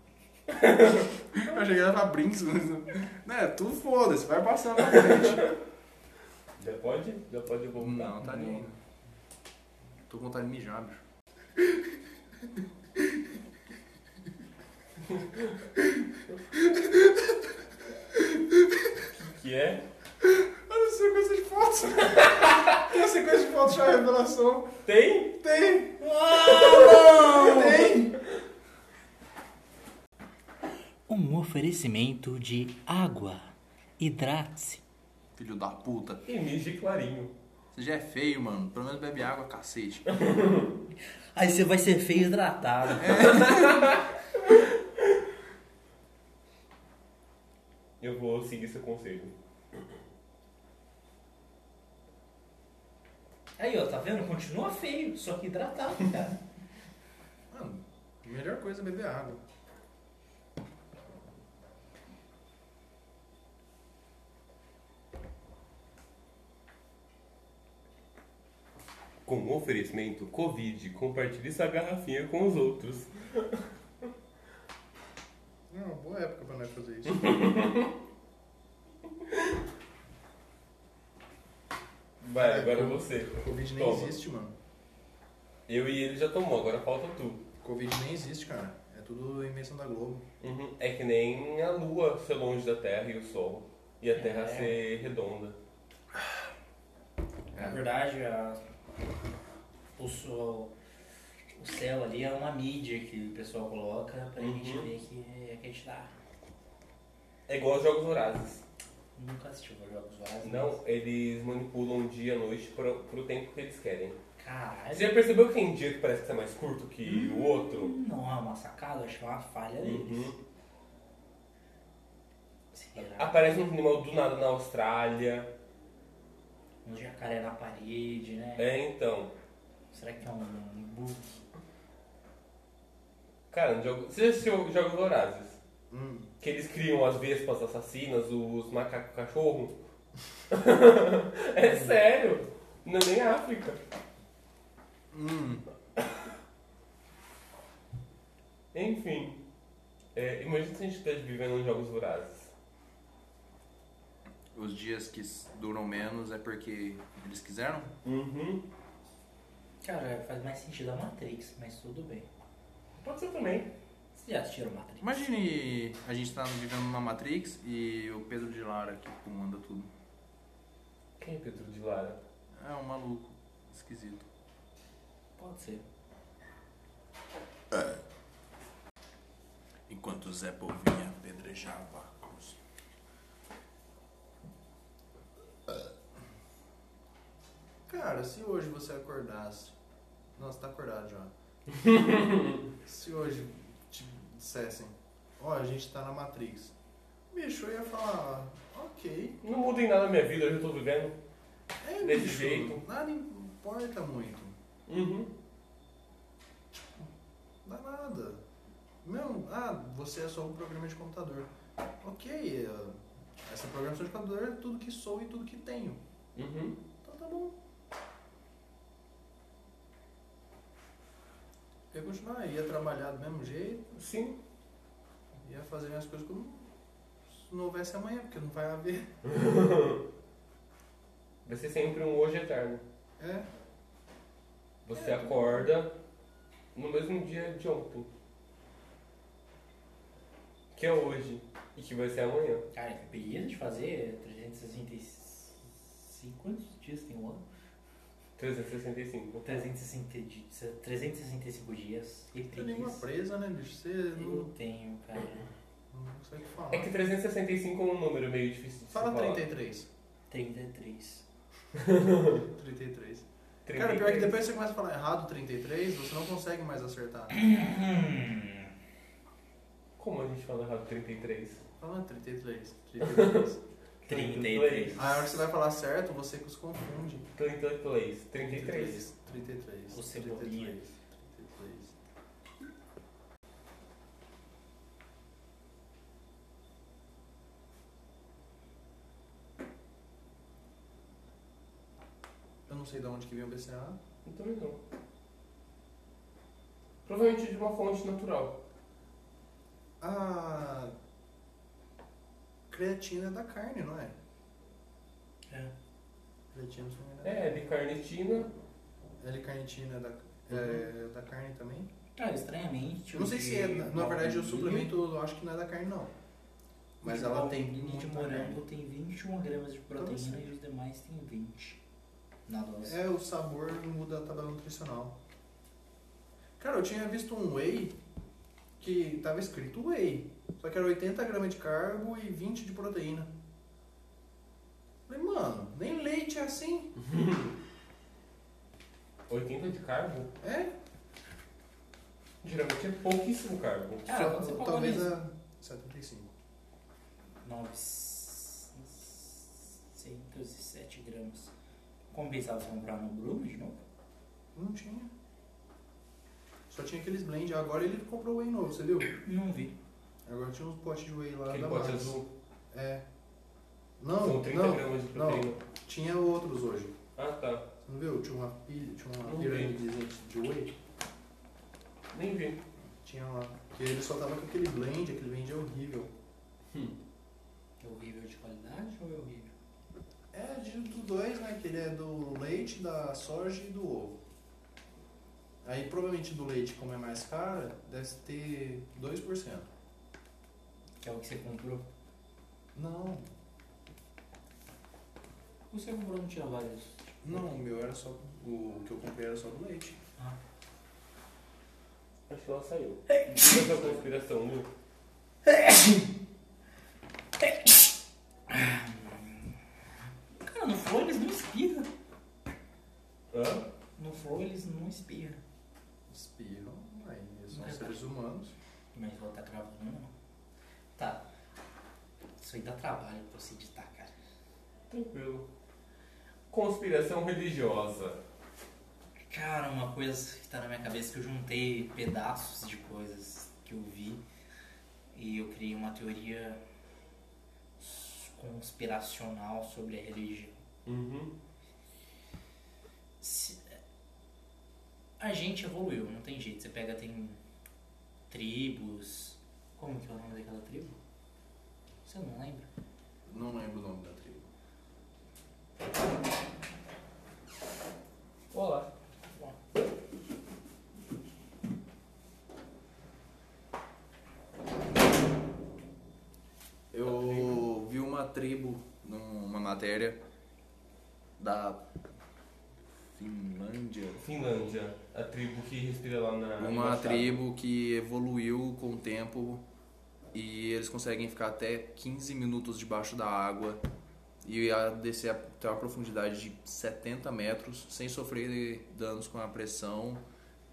B: Eu cheguei a brincos, né? Tu foda-se, vai passando.
A: Já pode? Já pode voltar?
B: Não, tá nem. Tô com vontade de mijar, bicho.
A: Que é?
B: Olha a sequência de *laughs* fotos. Tem a sequência de fotos já é revelação.
A: Tem?
B: Tem, tem.
C: Um oferecimento de água. Hidrate-se.
B: Filho da puta.
A: E mija e clarinho.
B: Você já é feio, mano. Pelo menos bebe água, cacete.
C: Aí você vai ser feio hidratado.
A: Eu vou seguir seu conselho.
C: Aí, ó, tá vendo? Continua feio, só que hidratado, cara.
B: Mano, a melhor coisa é beber água.
A: Com o oferecimento Covid, compartilhe essa garrafinha com os outros.
B: É uma boa época pra nós fazer isso.
A: Vai, agora você.
B: É, Covid nem
A: Toma.
B: existe, mano.
A: Eu e ele já tomou, agora falta tu.
B: Covid nem existe, cara. É tudo invenção da Globo.
A: Uhum. É que nem a lua ser longe da terra e o sol. E a terra
C: É.
A: ser redonda.
C: Na
B: É.
C: verdade, a- o, sol- o céu ali é uma mídia que o pessoal coloca pra gente
A: Uhum.
C: ver que é que a gente dá.
A: É igual aos Jogos Horazes.
C: Nunca assistiu os Jogos Vorazes?
A: Não, eles manipulam o dia e a noite pro, pro tempo que eles querem.
C: Caralho.
A: Você já percebeu que tem dia que parece que tá mais curto que o outro?
C: Não é uma sacada, acho que é uma falha deles.
A: Uhum.
C: Será?
A: Aparece um animal do nada na Austrália.
C: Um jacaré na parede, né?
A: É, então.
C: Será que é um, um book?
A: Cara, no jogo... você já assistiu Jogos Horazes?
B: Hum.
A: Que eles criam as vespas assassinas, os macacos cachorro. *laughs* é sério. Não é nem África.
B: Hum.
A: Enfim. É, imagina se a gente estivesse vivendo nos Jogos Vorazes.
B: Os dias que s- duram menos é porque eles quiseram?
A: Uhum.
C: Cara, faz mais sentido a Matrix, mas tudo bem.
A: Pode ser também.
C: Vocês já assistiram Matrix?
B: Imagine a gente tá vivendo numa Matrix e o Pedro de Lara que comanda tudo.
A: Quem é Pedro de Lara?
B: É um maluco esquisito.
C: Pode ser.
B: Enquanto Zé Povinha pedrejava a cruz. Cara, se hoje você acordasse. Nossa, tá
A: *laughs*
B: acordado já. se hoje te dissessem, ó, a gente tá na Matrix. Bicho, eu ia falar, "Ah, ok.
A: Não muda em nada a minha vida, eu já tô vivendo.
B: É,
A: Desse
B: bicho,
A: jeito.
B: nada importa muito.
A: Uhum.
B: Dá nada. Não, ah, você é só um programa de computador. Ok, eh, essa programação de computador é tudo que sou e tudo que tenho.
A: Uhum.
B: Então tá bom. Eu ia continuar, ia trabalhar do mesmo jeito,
A: Sim. *laughs*
B: ia fazer minhas coisas como se não houvesse amanhã, porque não vai haver.
A: Vai ser sempre um hoje eterno.
B: É,
A: Você acorda, no mesmo dia de ontem. Que é hoje e que vai ser amanhã.
C: Cara, que beleza de fazer 365 quantos dias tem um ano?
A: 365.
C: 360 di- 365 dias e
B: Tem nenhuma
C: piques.
B: presa, né, bicho? Você não,
C: Eu tenho, cara.
B: não consegue falar.
A: É que 365 é um número meio difícil de
B: Fala
A: se falar. *laughs*
B: 33.
C: 33.
B: 33. Cara, pior que depois que você começa a falar errado 33, você não consegue mais acertar.
C: Hum.
A: Como a gente fala errado 33?
B: Fala 33. 33.
C: 33.
B: *laughs* Aí a hora que você vai falar certo, você que os confunde.
A: 33. 33.
B: 33.
C: O Cebolinha.
B: 33. 33. Eu não sei de onde que veio o BCA.
A: Eu também não. então. Provavelmente de uma fonte natural.
B: A creatina é da carne, não é?
C: É.
B: Creatina se não me engano.
A: É, de carnitina.
B: L-carnitina é da, é da carne também?
C: Cara, estranhamente.
B: Eu não sei
C: o
B: se é,
C: de
B: na na verdade eu
C: baunilha-
B: suplemento, eu acho que não é da carne não. Mas
C: de
B: ela tem
C: baunilha de
B: muita
C: morango
B: carne.
C: tem 21 gramas de proteína
B: assim.
C: e os demais tem 20. Na dose.
B: É, o sabor não muda a tabela nutricional. Cara, eu tinha visto um whey que tava escrito whey, só que era 80 gramas de carbo e 20 de proteína. Falei, mano, nem leite é assim.
A: 80 de carbo?
B: É?
A: Geralmente é pouquíssimo carbo.
C: Cara,
B: Só-
C: quando você pagou
B: talvez é
C: nisso?
B: a 75.
C: 907 gramas. Compensava você comprar no Bruno de novo?
B: Não tinha. Só tinha aqueles blend. Agora ele comprou whey novo, você viu?
C: Não vi.
B: Agora tinha uns potes de whey lá
A: Aquele
B: da
A: pote
B: Max.
A: azul.
B: É.
A: São
B: Não,
A: 30
B: não,
A: gramas de proteína.
B: tinha outros hoje.
A: Ah, tá.
B: Você não viu? Tinha uma pilha, tinha uma
A: Não vi.
B: pirâmidezinha de whey.
A: Nem vi.
B: Tinha lá. Porque ele só tava com aquele blend, aquele blend é horrível.
C: É horrível de qualidade ou é horrível?
B: É de, dos dois, né? Que ele é do leite, da soja e do ovo. Aí provavelmente do leite, como é mais cara, deve ter 2%.
C: Que é o que você comprou? *laughs*
B: Não,
C: O que você comprou não tinha vários.
B: não, o meu era só. O que eu comprei era só do leite.
A: Acho que ela saiu. Essa é conspiração, viu?
C: Cara, no Flow eles não espirram.
A: Hã?
C: No Flow eles não espirram.
B: Espirram, aí eles
C: Não
B: são
C: é
B: seres humanos.
C: Mas vou estar gravando, não. Tá. Isso aí dá trabalho pra você editar, cara.
A: Tranquilo. Conspiração religiosa.
C: Cara, uma coisa que tá na minha cabeça é que eu juntei pedaços de coisas que eu vi e eu criei uma teoria conspiracional sobre a religião.
A: Uhum.
C: Se- A gente evoluiu, não tem jeito. Você pega, tem tribos. Como que é o nome daquela tribo? Você não lembra?
B: Não lembro o nome da tribo.
A: Olá.
B: Eu vi uma tribo numa matéria da Finlândia.
A: Finlândia. A tribo que respira lá na.
B: Uma
A: embaixada.
B: tribo que evoluiu com o tempo e eles conseguem ficar até 15 minutos debaixo da água e a descer até uma profundidade de 70 metros sem sofrer danos com a pressão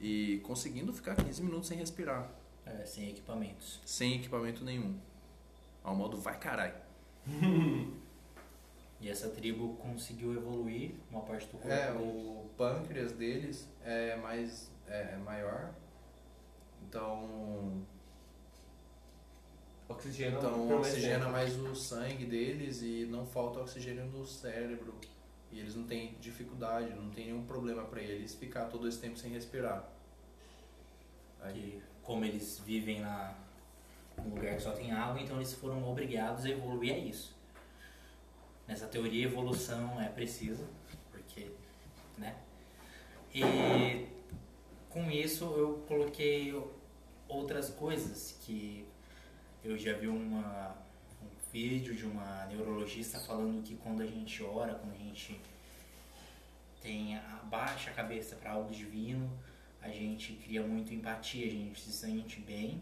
B: e conseguindo ficar 15 minutos sem respirar,
C: É, sem equipamentos.
B: sem equipamento nenhum. Ao modo vai caralho.
C: E essa tribo conseguiu evoluir uma parte do corpo.
E: É,
C: deles.
E: o pâncreas deles é mais é, é maior. Então,
A: Oxigênio.
E: então
A: permanente.
E: oxigena mais o sangue deles e não falta oxigênio no cérebro. E eles não têm dificuldade, não tem nenhum problema pra eles ficar todo esse tempo sem respirar. Aí,
C: que como eles vivem na num lugar que só tem água, então eles foram obrigados a evoluir a isso. Nessa teoria, evolução é precisa, porque, né? E com isso eu coloquei outras coisas que eu já vi uma, um vídeo de uma neurologista falando que quando a gente ora, quando a gente tem abaixa a cabeça para algo divino, a gente cria muito empatia, a gente se sente bem,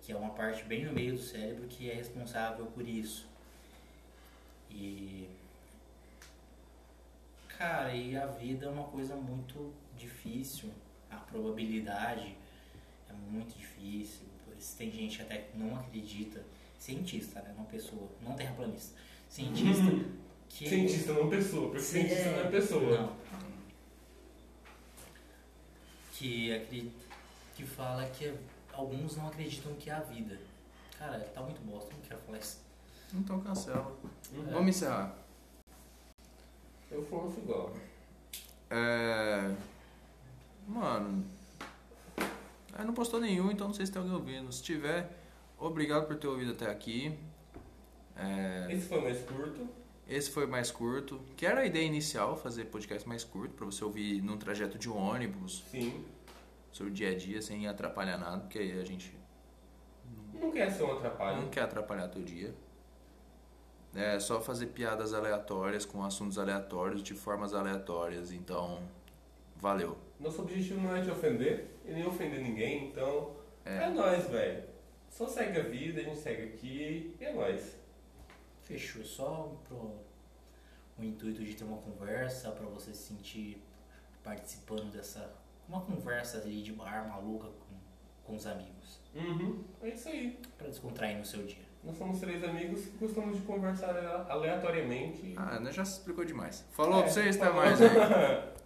C: que é uma parte bem no meio do cérebro que é responsável por isso. E cara, e a vida é uma coisa muito difícil, a probabilidade é muito difícil. Por isso tem gente até que não acredita, cientista, né, não pessoa, não terraplanista. Cientista
A: *laughs*
C: que
A: Hum,
C: é
A: Cientista não é pessoa, porque
C: Sim,
A: cientista não é pessoa.
C: não. Que, acre- que fala que alguns não acreditam que é a vida. Cara, tá muito bosta, não quero falar isso.
B: Então cancela.
E: É.
A: Uhum.
B: Vamos encerrar.
A: Eu falo igual.
B: É. Mano. é, não postou nenhum, então não sei se tem alguém ouvindo. Se tiver, obrigado por ter ouvido até aqui. É,
A: Esse foi mais curto.
B: Esse foi mais curto. Que era a ideia inicial, fazer podcast mais curto, pra você ouvir num trajeto de ônibus,
A: Sim.
B: seu dia a dia, sem atrapalhar nada, porque aí a gente
A: Não quer ser um
B: não
A: atrapalho.
B: quer atrapalhar teu dia. É só fazer piadas aleatórias com assuntos aleatórios de formas aleatórias. Então, valeu.
A: Nosso objetivo não é te ofender e nem ofender ninguém, então é,
B: É.
A: nóis, velho. Só segue a vida, a gente segue aqui e é nóis.
C: Fechou, é só pro o intuito de ter uma conversa, pra você se sentir participando dessa. Uma conversa ali de bar maluca com, com os amigos.
A: Uhum. É isso aí.
C: Pra descontrair no seu dia.
A: Nós somos três amigos que gostamos de conversar aleatoriamente.
B: Ah, né, já se explicou demais. Ah, Falou
A: É,
B: pra vocês, até
A: falou. *laughs*
B: mais. Aí.